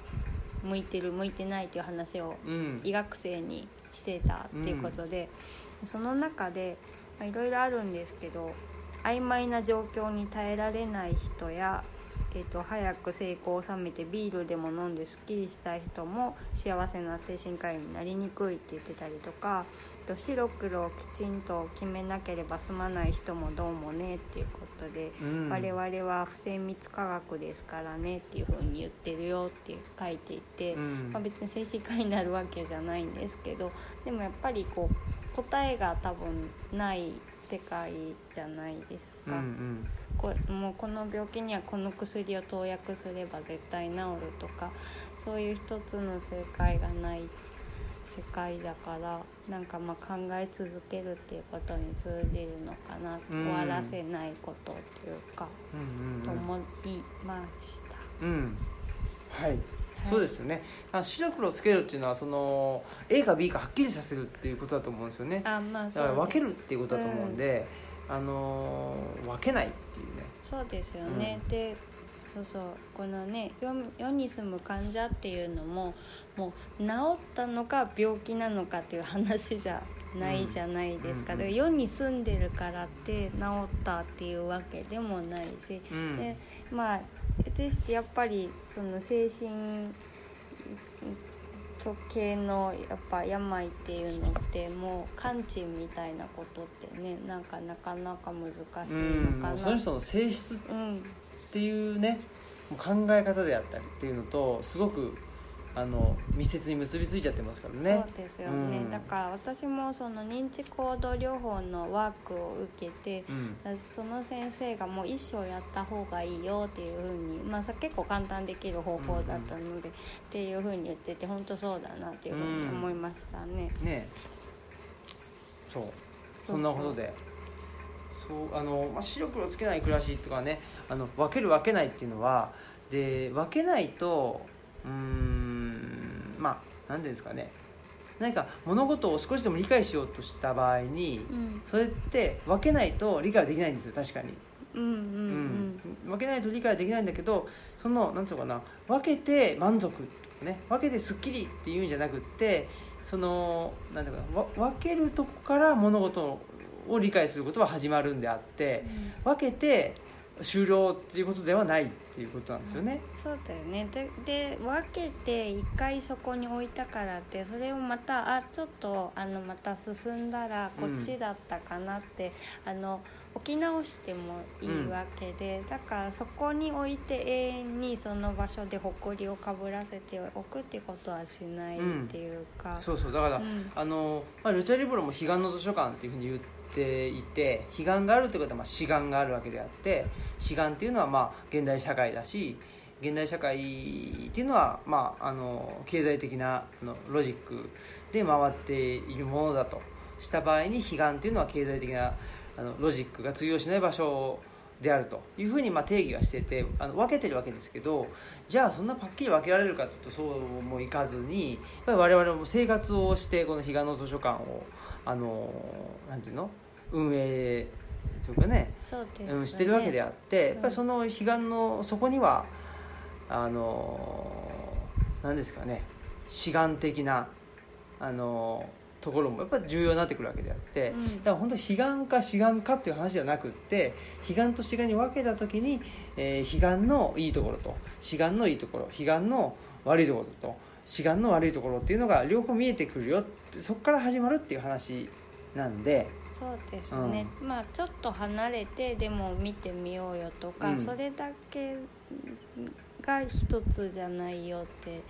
向いてる向いてないという話をうん医学生にしてたっていうことで、その中でまあいろいろあるんですけど曖昧な状況に耐えられない人や、えー、と早く成功を収めてビールでも飲んですっきりしたい人も幸せな精神科医になりにくいって言ってたりとかえっと白黒をきちんと決めなければ済まない人もどうもねっていうことで。うん我々は不精密科学ですからねっていうふうに言ってるよって書いていて、うんまあ、別に精神科医になるわけじゃないんですけどでもやっぱりこう答えが多分ない世界じゃないですうんうか、んこもうこの病気にはこの薬を投薬すれば絶対治るとかそういう一つの正解がない世界だからなんかまあ考え続けるっていうことに通じるのかな、うん終わらせないことっていうか、うんうんと思いました。うんうんはいそうですよねあ白黒つけるっていうのはその A か B かはっきりさせるっていうことだと思うんですよねあまあだそうからです分けるっていうことだと思うんで、あのー分けないっていうねそうですよね、でそうそうこのね世世に住む患者っていうのももう治ったのか病気なのかっていう話じゃないじゃないですか、うんで世に住んでるからって治ったっていうわけでもないし、うんでまあでしてやっぱりその精神系のやっぱ病っていうのってもう完治みたいなことってねなんかなかなか難しいのうかな、ん、その人の性質っうんていうねもう考え方であったりっていうのとすごくあの密接に結びついちゃってますからねそうですよね、うんだから私もその認知行動療法のワークを受けてうんその先生がもう一生やった方がいいよっていうふうに、まあ、さ結構簡単できる方法だったので、っていうふうに言ってて本当そうだなっていうふうに思いましたね。ねそうそうそうそんなことでそうあの、まあ、白黒つけない暮らしとかねあの分ける分けないっていうのはで分けないとうーんまあ何ていうんですかね何か物事を少しでも理解しようとした場合に、うん、それって分けないと理解はできないんですよ確かに、うんうんううん分けないと理解はできないんだけどそのなんていうのかな分けて満足ね分けてすっきりっていうんじゃなくってそのなんていうのかなわ分けるとこから物事を理解することは始まるんであって分けて終了っていうことではないっていうことなんですよね。そうだよねでで分けて一回そこに置いたからってそれをまたあちょっとあのまた進んだらこっちだったかなって、あの置き直してもいいわけで、だからそこに置いて永遠にその場所で埃をかぶらせておくってことはしないっていうか。そうそうだから、うんあのまあ、ルチャリブロも彼岸の図書館っていうふうに言っていて彼岸があるということはまあ志願があるわけであって志願っていうのはまあ現代社会だし現代社会っていうのは、まあ、あの経済的なあのロジックで回っているものだとした場合に彼岸っていうのは経済的なあのロジックが通用しない場所であるというふうにまあ定義はしててあの分けてるわけですけどじゃあそんなパッキリ分けられるかというとそうもいかずにやっぱり我々も生活をしてこの彼岸の図書館をあのなんていうの運営というかねそうですねうん、してるわけであって、うんやっぱりその彼岸のそこにはあの何ですかね志願的なあのところもやっぱり重要になってくるわけであって、うんだから本当彼岸か志願かっていう話じゃなくって彼岸と志願に分けた時に、えー彼岸のいいところと志願のいいところ彼岸の悪いところと志願の悪いところっていうのが両方見えてくるよってそこから始まるっていう話なんで。そうですね、まあちょっと離れてでも見てみようよとか、うんそれだけが一つじゃないよって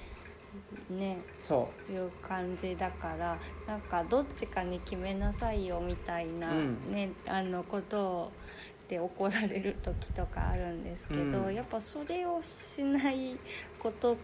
ねそいう感じだからなんかどっちかに決めなさいよみたいな、うんねあのことをって怒られる時とかあるんですけど、うんやっぱそれをしないこと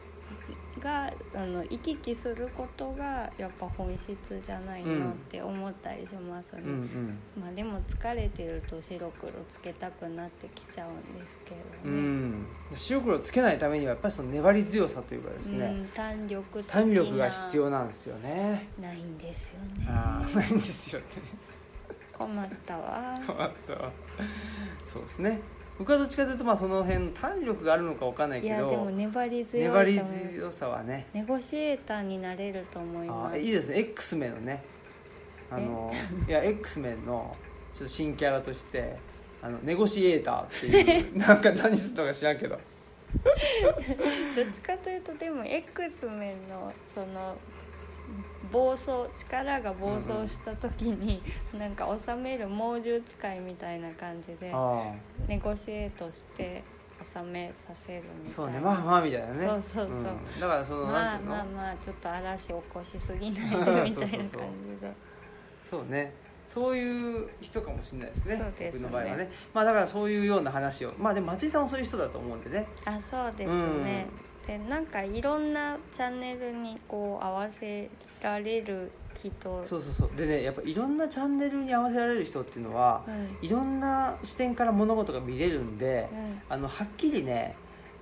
があの行き来することがやっぱ本質じゃないのって思ったりしますね。うんうんまあ、でも疲れてると白黒つけたくなってきちゃうんですけうどね。ん、白黒つけないためにはやっぱりその粘り強さというかですね、うん、弾力的な弾力が必要なんですよねないんですよねああないんですよね困ったわあったわそうですね僕はどっちかというとまあその辺の弾力があるのかわかんないいけやでもど粘り強い粘りと思う強さはねネゴシエーターになれると思いあまーすいいですね X メンのねあのいや X メンのちょっと新キャラとしてあのネゴシエーターっていう なんか何するのか知らんけどどっちかというとでも X メンのその暴走力が暴走した時に、なんか収める猛獣使いみたいな感じであネゴシエートして収めさせるあみたそいなうねまあまあみたいなねそうそうそうんだからそのまなあんていうの、まあまあちょっと嵐起こしすぎ ないでみたいな感じそうそでうそうそうねそういう人かもしれないですねそうですね僕の場合はねまあだからそういうような話をまあでも松井さんもそういう人だと思うんでねあそうですね、でなんかいろんなチャンネルにこう合わせられる人そうそうそうでねやっぱいろんなチャンネルに合わせられる人っていうのはうんいろんな視点から物事が見れるんでうんあのはっきりね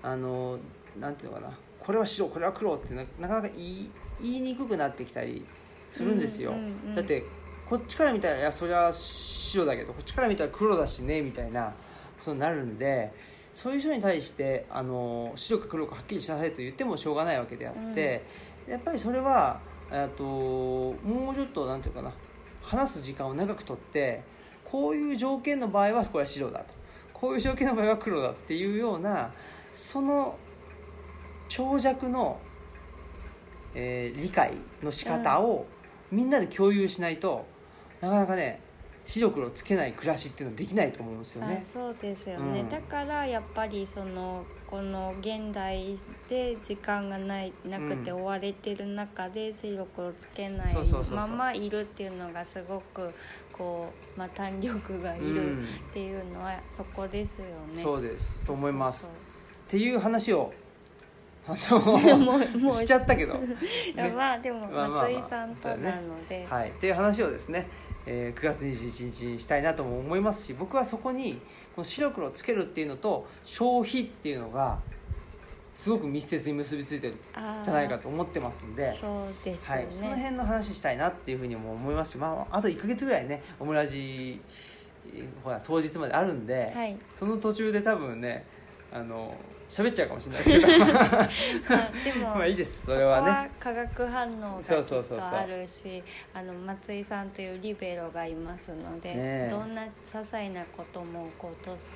あのなんていうのかなこれは白これは黒ってななかなか言い言いにくくなってきたりするんですよ、うんうんうんだってこっちから見たらいやそれは白だけどこっちから見たら黒だしねみたいなことになるんでそういう人に対してあの白か黒かはっきりしなさいと言ってもしょうがないわけであって、やっぱりそれはえっともうちょっとなんていうかな話す時間を長くとってこういう条件の場合はこれは白だとこういう条件の場合は黒だっていうようなその長尺の、えー理解の仕方をみんなで共有しないと、なかなかね白黒つけない暮らしっていうのはできないと思うんですよあね。そうですよね、うんだからやっぱりそのこの現代で時間がないなくてう追われてる中で水力をつけないそうそうそうそうままいるっていうのがすごくこう、まあ、弾力がいうるんっていうのはそこですよね。そうですと思いますそうっていう話をあそうの もうもうしちゃったけど、ねい やまあでもまあまあまあ松井さんとなので、はい、っていう話をですね、えー9月21日にしたいなとも思いますし僕はそこにこの白黒つけるっていうのと消費っていうのがすごく密接に結びついてるんあーじゃないかと思ってますんで。そうですよはねい、、その辺の話したいなっていうふうにも思いますし、まあ、あと1か月ぐらいねオムラジえーほら当日まであるんで、 はいその途中で多分ねあの喋っちゃうかもしれないですけど まあでもまあいいですそれはねそこは化学反応がきそうっそうそうそうとあるしあの松井さんというリベロがいますので、ねえどんな些細なこともこうトス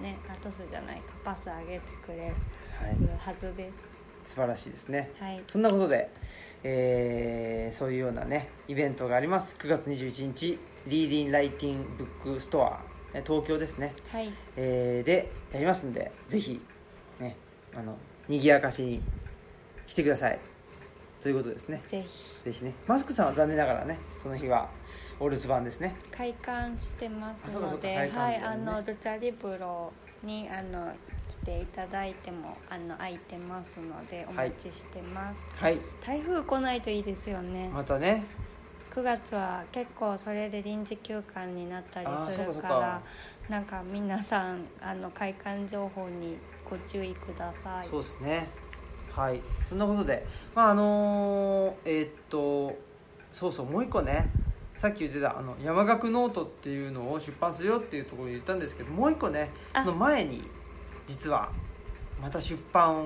ねあトスじゃないかパス上げてくれるはい、はずです。素晴らしいですねはいそんなことで、えーそういうようなねイベントがあります9月21日リーディン・ライティン・ブックストアね東京ですね、はいえーでやりますんでぜひねあの賑やかしに来てくださいということですねぜひぜひねマスクさんは残念ながらねその日はお留守番ですね開館してますあそうかそのうかで、開はい館だあよねのルチャリブロにあの来ていただいてもあの空いてますのでお待ちしてます。はい台風来ないといいですよね。またね9月は結構それで臨時休館になったりあーすそうかるそうかからなんか皆さんあの開館情報にご注意くださいそうですねはいそんなことでまああのーえーっとそうそうもう一個ねさっき言ってたあの山岳ノートっていうのを出版するよっていうところに言ったんですけどもう一個ねあその前に実はまた出版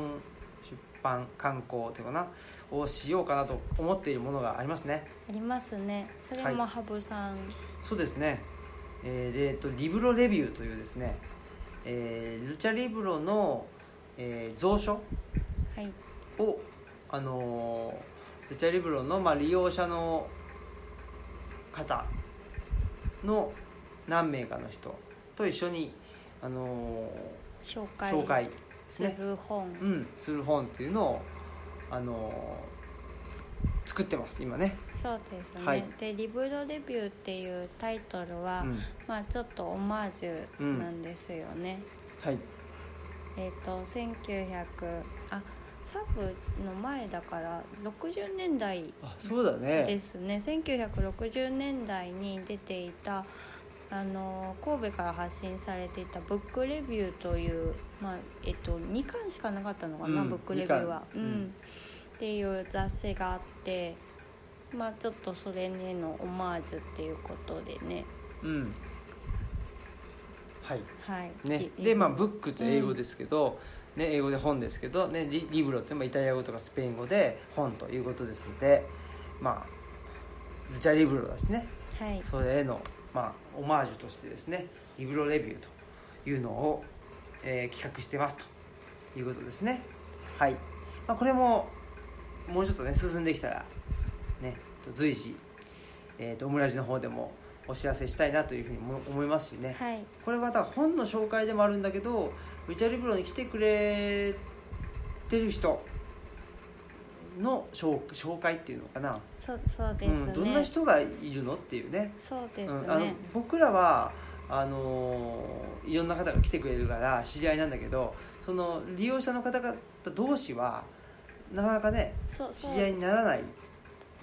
出版観光というかなをしようかなと思っているものがありますねありますねそれもは羽生さん、そうですね、えーでえっと、リブロレビューというですね、えールチャリブロの、えー蔵書はいを、あのールチャリブロの、まあ、利用者の方の何名かの人と一緒に、あの紹ー介紹介ですすねる本、うん、する本っていうのを、あの作ってます今ね、そうですね、はいで「リブロレビュー」っていうタイトルは、うんまあちょっとオマージュなんですよね、はいえっ、と1900あサブの前だから60年代あそうだでねすね1960年代に出ていたあの神戸から発信されていた「ブックレビュー」という、まあえっと、2巻しかなかったのかな、うんブックレビューは、二う巻んうんっていう雑誌があって、まあ、ちょっとそれへのオマージュっていうことでねうんはいはいねい、いでまあブックって英語ですけど、ね、英語で本ですけど、ね、リリブロってまあイタリア語とかスペイン語で本ということですのでまあじゃあリブロだしねはいそれへの、まあ、オマージュとしてですねリブロレビューというのを、えー企画してますということですねはい、まあ、これももうちょっとね進んできたらねと随時、えーとオムラジの方でもお知らせしたいなというふうにも思いますしね、はいこれはだから本の紹介でもあるんだけどルチャリブロに来てくれてる人の紹紹介っていうのかな、そうそううですね、ん、どんな人がいるのっていうねそうですうね、ん、あの僕らはあのーいろんな方が来てくれるから知り合いなんだけどその利用者の方々同士はなかなかねそう知そうり合いにならない、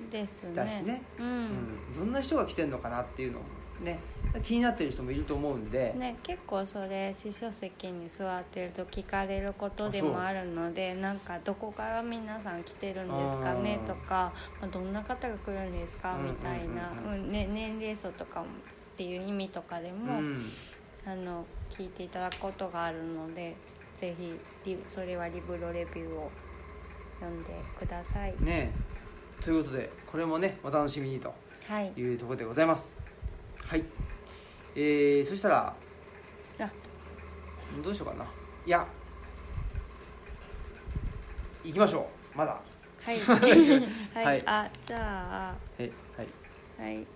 ですねだしねううんん、どんな人が来てるのかなっていうのもね気になってる人もいると思うんで、ね、結構それ司書席に座ってると聞かれることでもあるのでなんかどこから皆さん来てるんですかねあーとか、まあ、どんな方が来るんですかうんうんうんうみんたいな、うんね、年齢層とかもっていう意味とかでうも、ん、あの聞いていただくことがあるのでぜひリそれはリブロレビューを読んでください。ねえということでこれもねお楽しみにとはい、いうところでございますはいえー、そしたらあどうしようかないや行きましょうまだ はい、 はい、はいあじゃはいはいあはい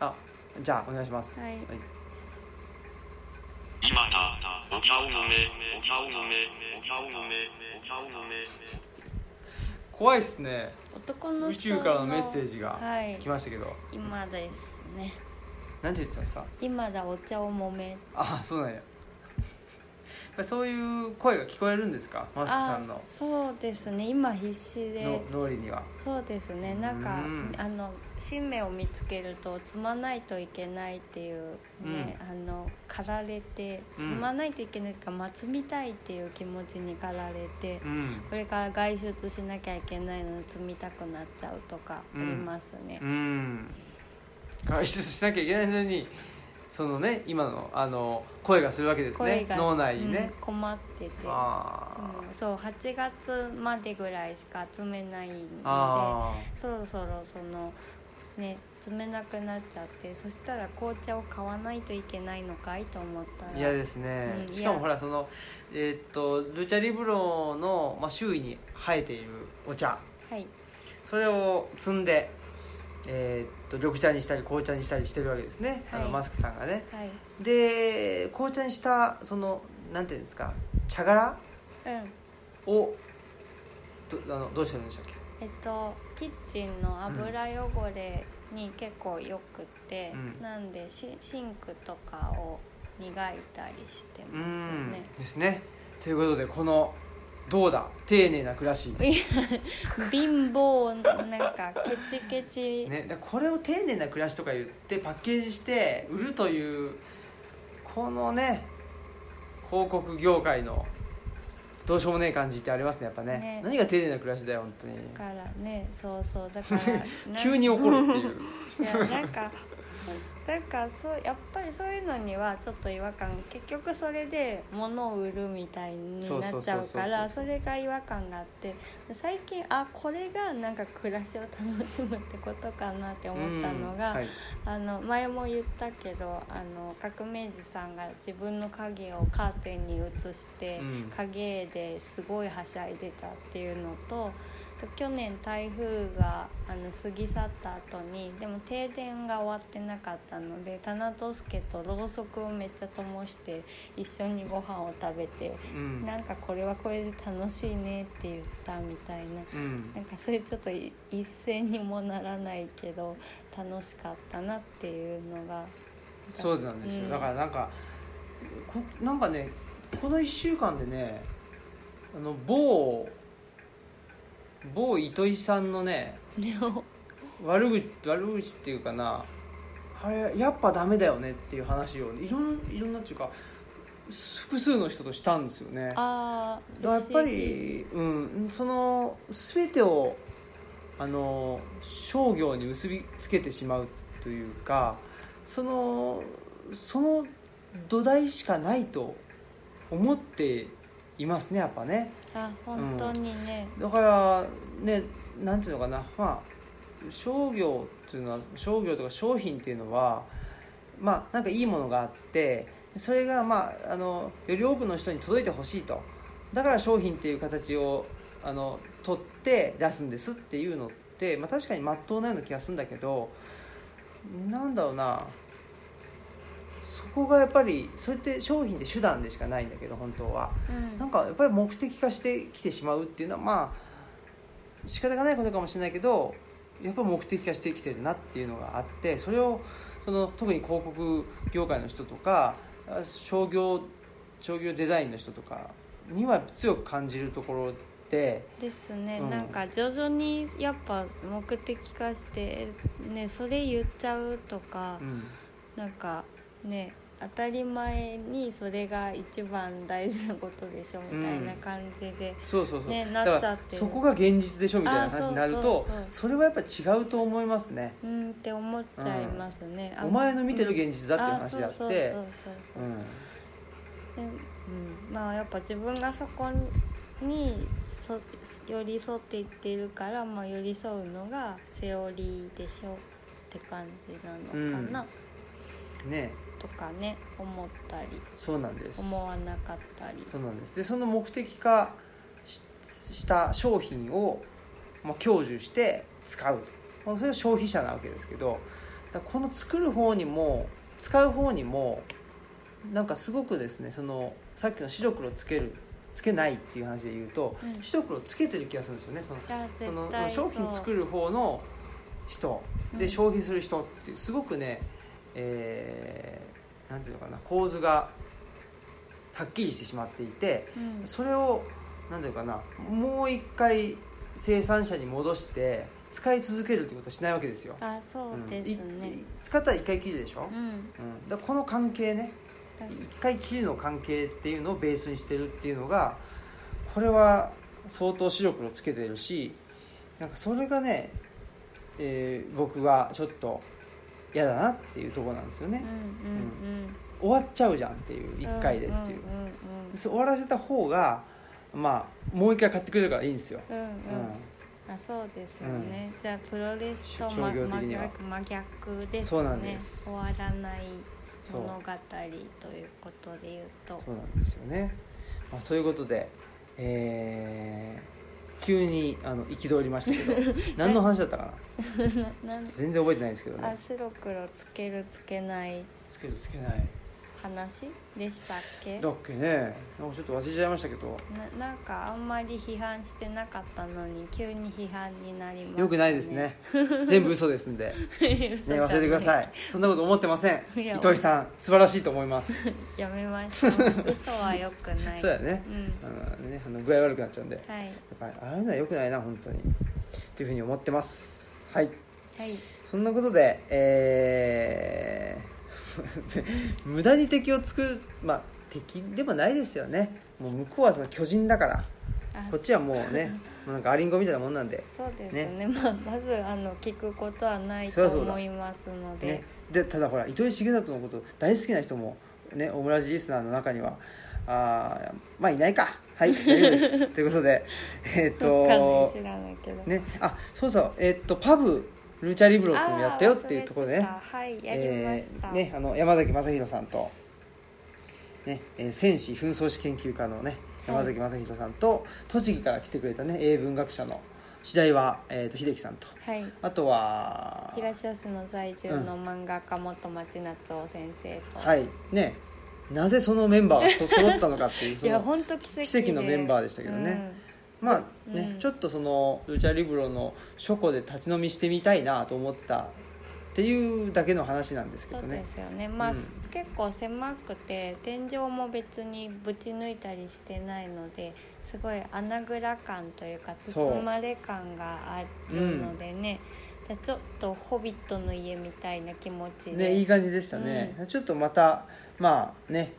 あじゃあお願いしますはい今だ、お茶を飲め、お茶を飲め、お茶を飲め、お茶を飲め。怖いっすね男の宇人宙からのメッセージがはい来ましたけど、今ですねなんて言ってたんですか今だお茶をもめあそうなんややっぱりそういう声が聞こえるんですかマスクさんのそうですね今必死での脳裏にはそうですねなんかうんあの新芽を見つけると摘まないといけないっていうね、あの駆られてうん摘まないといけないというか、まあ摘みたいっていう気持ちに駆られて、うんこれから外出しなきゃいけないのに摘みたくなっちゃうとかありますね、うん外出しなきゃいけないのにそのね今のあの声がするわけです声ねが脳内にねう、ん困っててあうんそう8月までぐらいしか集めないのでああそろそろそのね集めなくなっちゃってそしたら紅茶を買わないといけないのかいと思ったらー嫌ですね、うんしかも嫌ほらそのえーっとルチャリブロの、まあ、周囲に生えているお茶はいそれを摘んで、えーっと緑茶にしたり紅茶にしたりしてるわけですね、あのはいマスクさんがねはいで紅茶にしたそのなんていうんですか茶殻うんをどあのどうしてるんでしたっけえっとキッチンの油汚れに結構よくて、うんなんでシシンクとかを磨いたりしてうますんねですねということでこのどうだ丁寧な暮らし、貧乏なんかケチケチ、ね、だこれを丁寧な暮らしとか言ってパッケージして売るというこのね広告業界のどうしようもねえ感じってありますねやっぱねね何が丁寧な暮らしだよ本当にだからねそうそうだから な急に怒るっていういやなんかなんかそうやっぱりそういうのにはちょっと違和感結局それで物を売るみたいにそうそなうっちそうそうゃうそうからそれが違和感があって最近あこれがなんか暮らしを楽しむってことかなって 思ったのが、うんはいあの前も言ったけどあの革命児さんが自分の影をカーテンに映して、うん影絵ですごいはしゃいでたっていうのとと去年台風があの過ぎ去った後にでも停電が終わってなかったので棚と助とろうそくをめっちゃ灯して一緒にご飯を食べて、うんなんかこれはこれで楽しいねって言ったみたいな。うんなんかそういうちょっとい一銭にもならないけど楽しかったなっていう のがそうなんですよ、うんだからなんかこなんかねこの1週間でねあの某某糸井さんのね悪口悪口っていうかなあれやっぱダメだよねっていう話をいろんいろんなっていうか複数の人としたんですよねあだからやあっぱり、うん、その全てをあの商業に結びつけてしまうというかそのその土台しかないと思っていますねやっぱねあ本当にね、だからねなんていうのかなまあ商業っていうのは商業とか商品っていうのはまあなんかいいものがあってそれがまああのより多くの人に届いてほしいとだから商品っていう形をあの取って出すんですっていうのって、まあ、確かに真っ当なような気がするんだけどなんだろうなそこがやっぱりそうやって商品って手段でしかないんだけど本当は。うんなんかやっぱり目的化してきてしまうっていうのはまあ仕方がないことかもしれないけどやっぱり目的化してきてるなっていうのがあってそれをその特に広告業界の人とかあ商業商業デザインの人とかには強く感じるところでですね、うんなんか徐々にやっぱ目的化してねそれ言っちゃうとか、うんなんかね当たり前にそれが一番大事なことでしょみたいな感じで、そうそうそう、ねだなっちかゃらってるそこが現実でしょみたいな話になるあとーそうそうそうそれはやっぱ違うと思いますねうん、って思っちゃいますね、あお前の見てる現実だっていう話でああそっうそうてそうそううんでうん、まあやっぱ自分がそこにそ寄り添っていってるから、まあ、寄り添うのがセオリーでしょって感じなのかな、うねとかね思ったりそうなんです思わなかったりそうなんですでその目的化しした商品を、まあ、享受して使う、まあ、それが消費者なわけですけどだからこの作る方にも使う方にもなんかすごくですねそのさっきの白黒つけるつけないっていう話で言うと、うん白黒つけてる気がするんですよねそのいやその絶対そ商う品作る方の人でうん消費する人っていうすごくね、えーなんていうのかな構図がはっきりしてしまっていてうんそれをなんていうのかなもう一回生産者に戻して使い続けるってことはしないわけですよ。あそうですうんいねい使ったら一回きりでしょう、んうんだからこの関係ね確一回きりの関係っていうのをベースにしてるっていうのがこれは相当視力をつけてるしなんかそれがね、えー僕はちょっと嫌だなっていうところなんですようんねう、ん終わっちゃうじゃんっていううん1回でっていう,、うんうんそう終わらせた方がまあもう1回買ってくれるからいいんですよ、うんうんううんあそうですよね、じゃあプロレスと商ま業的真には逆真逆ですねそうなんです終わらないそう物語ということで言うとそうなんですよね、まあ、ということでえー急にあの憤りましたけど何の話だったかななん全然覚えてないですけどあね白黒つけるつけないつけるつけない話でしたっけだっけねなんかちょっと忘れちゃいましたけどななんかあんまり批判してなかったのに急に批判になりました、よくないです ね全部嘘ですんで、ね、嘘じゃ忘ないれてくだ さいそんなこと思ってませんいや糸井さん素晴らしいと思いますやめましょう嘘はよく ないそうだよね,、うんあのねあの具合悪くなっちゃうんで、やはいっぱりああいうのはよくないな本当にというふうに思ってますはいはいそんなことでえー 無駄に敵を作るまあ敵でもないですよねもう向こうはその巨人だからあこっちはもうねもうなんかアリンゴみたいなもんなんでそうですねまあ、まずあの聞くことはないそりとゃそうだ思いますので、ね、でただほら糸井重里のこと大好きな人もねオムラジリスナーの中にはあーまあいないかはい大丈夫です ということでえーっわかんないと知らないけど、ねあそうそうえーっとパブルチャリブロ君やったよっていうところでねあー忘れてたはいやりました、えーね、あの山崎正弘さんと、ねえー戦士紛争史研究家の、ね、はい山崎正弘さんと、栃木から来てくれた、ね、英文学者の次第は、えー、と秀樹さんとはいあとは東吉野在住の漫画家元町夏夫先生と、はいねなぜそのメンバーがそ揃ったのかっていうそいやの本当奇跡で奇跡のメンバーでしたけどねまあね、うんちょっとそのルチャリブロの書庫で立ち飲みしてみたいなと思ったっていうだけの話なんですけそうどでねすよねまあ、うん結構狭くて天井も別にぶち抜いたりしてないのですごい穴蔵感というかそう包まれ感があるのでね、だからちょっと「ホビットの家」みたいな気持ちで、ねいい感じでしたね、ちょっとまたまあね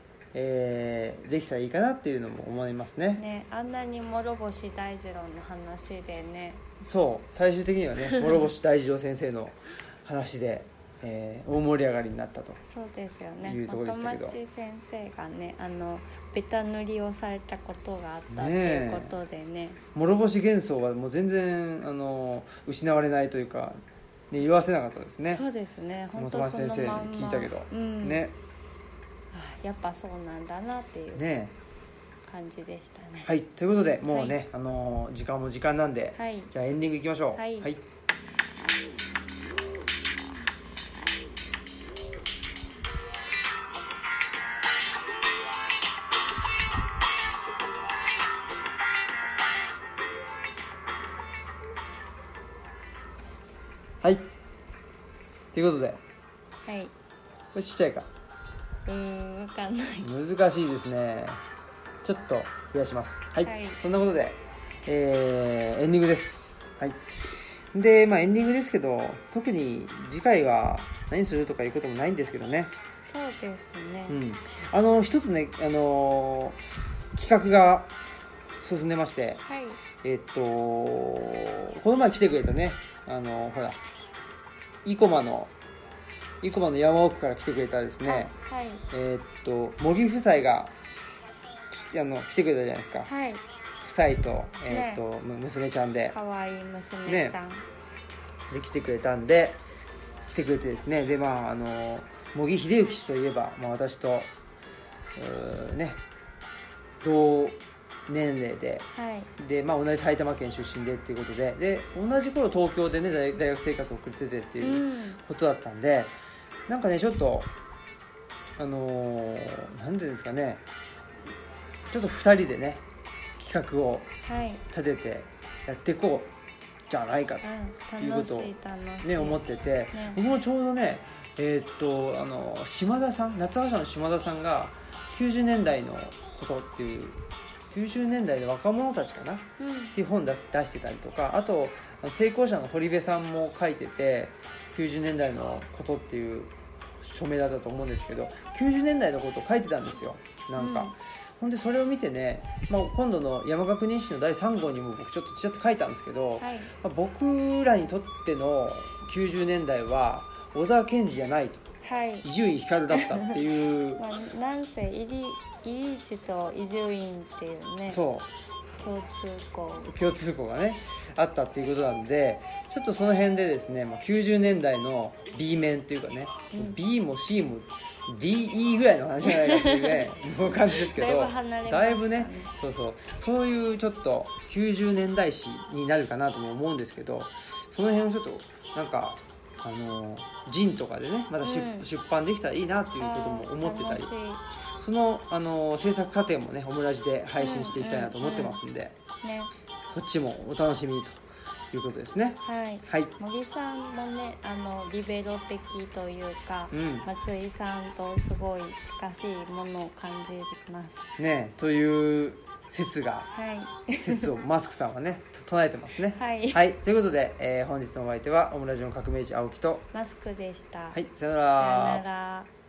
えーできたらいいかなっていうのも思いますねねあんなに諸星大二郎の話でねそう最終的にはね諸星大二郎先生の話で、えー大盛り上がりになったとそうですよねいうとこで元したけど町先生がねあのベタ塗りをされたことがあったっていうことでね諸星幻想はもう全然あの失われないというか、ね、言わせなかったですねそうですね本元当町その先生にまんま聞いたけど、うん、ねあやっぱそうなんだなっていうね感じでしたねはいということでもうね、はあのー時間も時間なんで、はいじゃあエンディングいきましょうはいはいということではい、これちっちゃいかうーんわかんない難しいですねちょっと増やしますはい、はいそんなことで、えーエンディングですはいでまあエンディングですけど特に次回は何するとかいうこともないんですけどねそうですね、うんあの一つねあのー企画が進んでましてはいえっとこの前来てくれたねあのほら生駒の生駒の山奥から来てくれたですねあはいえーっと茂木夫妻がきあの来てくれたじゃないですかはい夫妻と,、えーっとむ娘ちゃんで可愛い娘ちゃん、で来てくれたんで来てくれてですねでまああの茂木秀幸氏といえば、まあ、私とうーね同年齢ではいで、まあ、同じ埼玉県出身でっていうことでで同じ頃東京でね大大学生活を送っててってういうんことだったんでなんかねちょっとあのーなんていうんですかねちょっと2人でね企画をはい立ててやっていこうじゃないかういうん、こ楽しとをい楽しといね思っててね僕もちょうどねえーっとあの島田さん夏葉社の島田さんが90年代のことっていう90年代の若者たちかなうんっていう本出す出してたりとかあと成功者の堀部さんも書いてて90年代のことっていう署名だったと思うんですけど90年代のことを書いてたんですよなんか、うんほんでそれを見てね、まあ、今度の山学認史の第3号にも僕ちょっとちらっと書いたんですけど、はいまあ僕らにとっての90年代は小沢健二じゃないとはい伊集院光だったっていうまあ、なんせイリイリーチと伊集院っていう ねそう共通項共通項がねあったっていうことなんでちょっとその辺でですね、まあ、90年代の B 面というかね、うん B も C も DE ぐらいの話じゃないかっていう ねもう感じですけどだいぶ離れましたねだいぶねそうそうそういうちょっと90年代史になるかなとも思うんですけどその辺をちょっとなんかあのジンとかでねまた出,、うん出版できたらいいなということも思ってたりあー楽そのあの制作過程もねオムラジで配信していきたいなと思ってますんで。しいねそっちもお楽しみにということですね。はいはい。茂木さんもねあのリベロ的というか、うん松井さんとすごい近しいものを感じますねえという説 が、はい説をマスクさんはね、と唱えてますね。はいということで、えー本日のお相手は、オムラジオの革命児青木と、マスクでした、はい、さよさよなら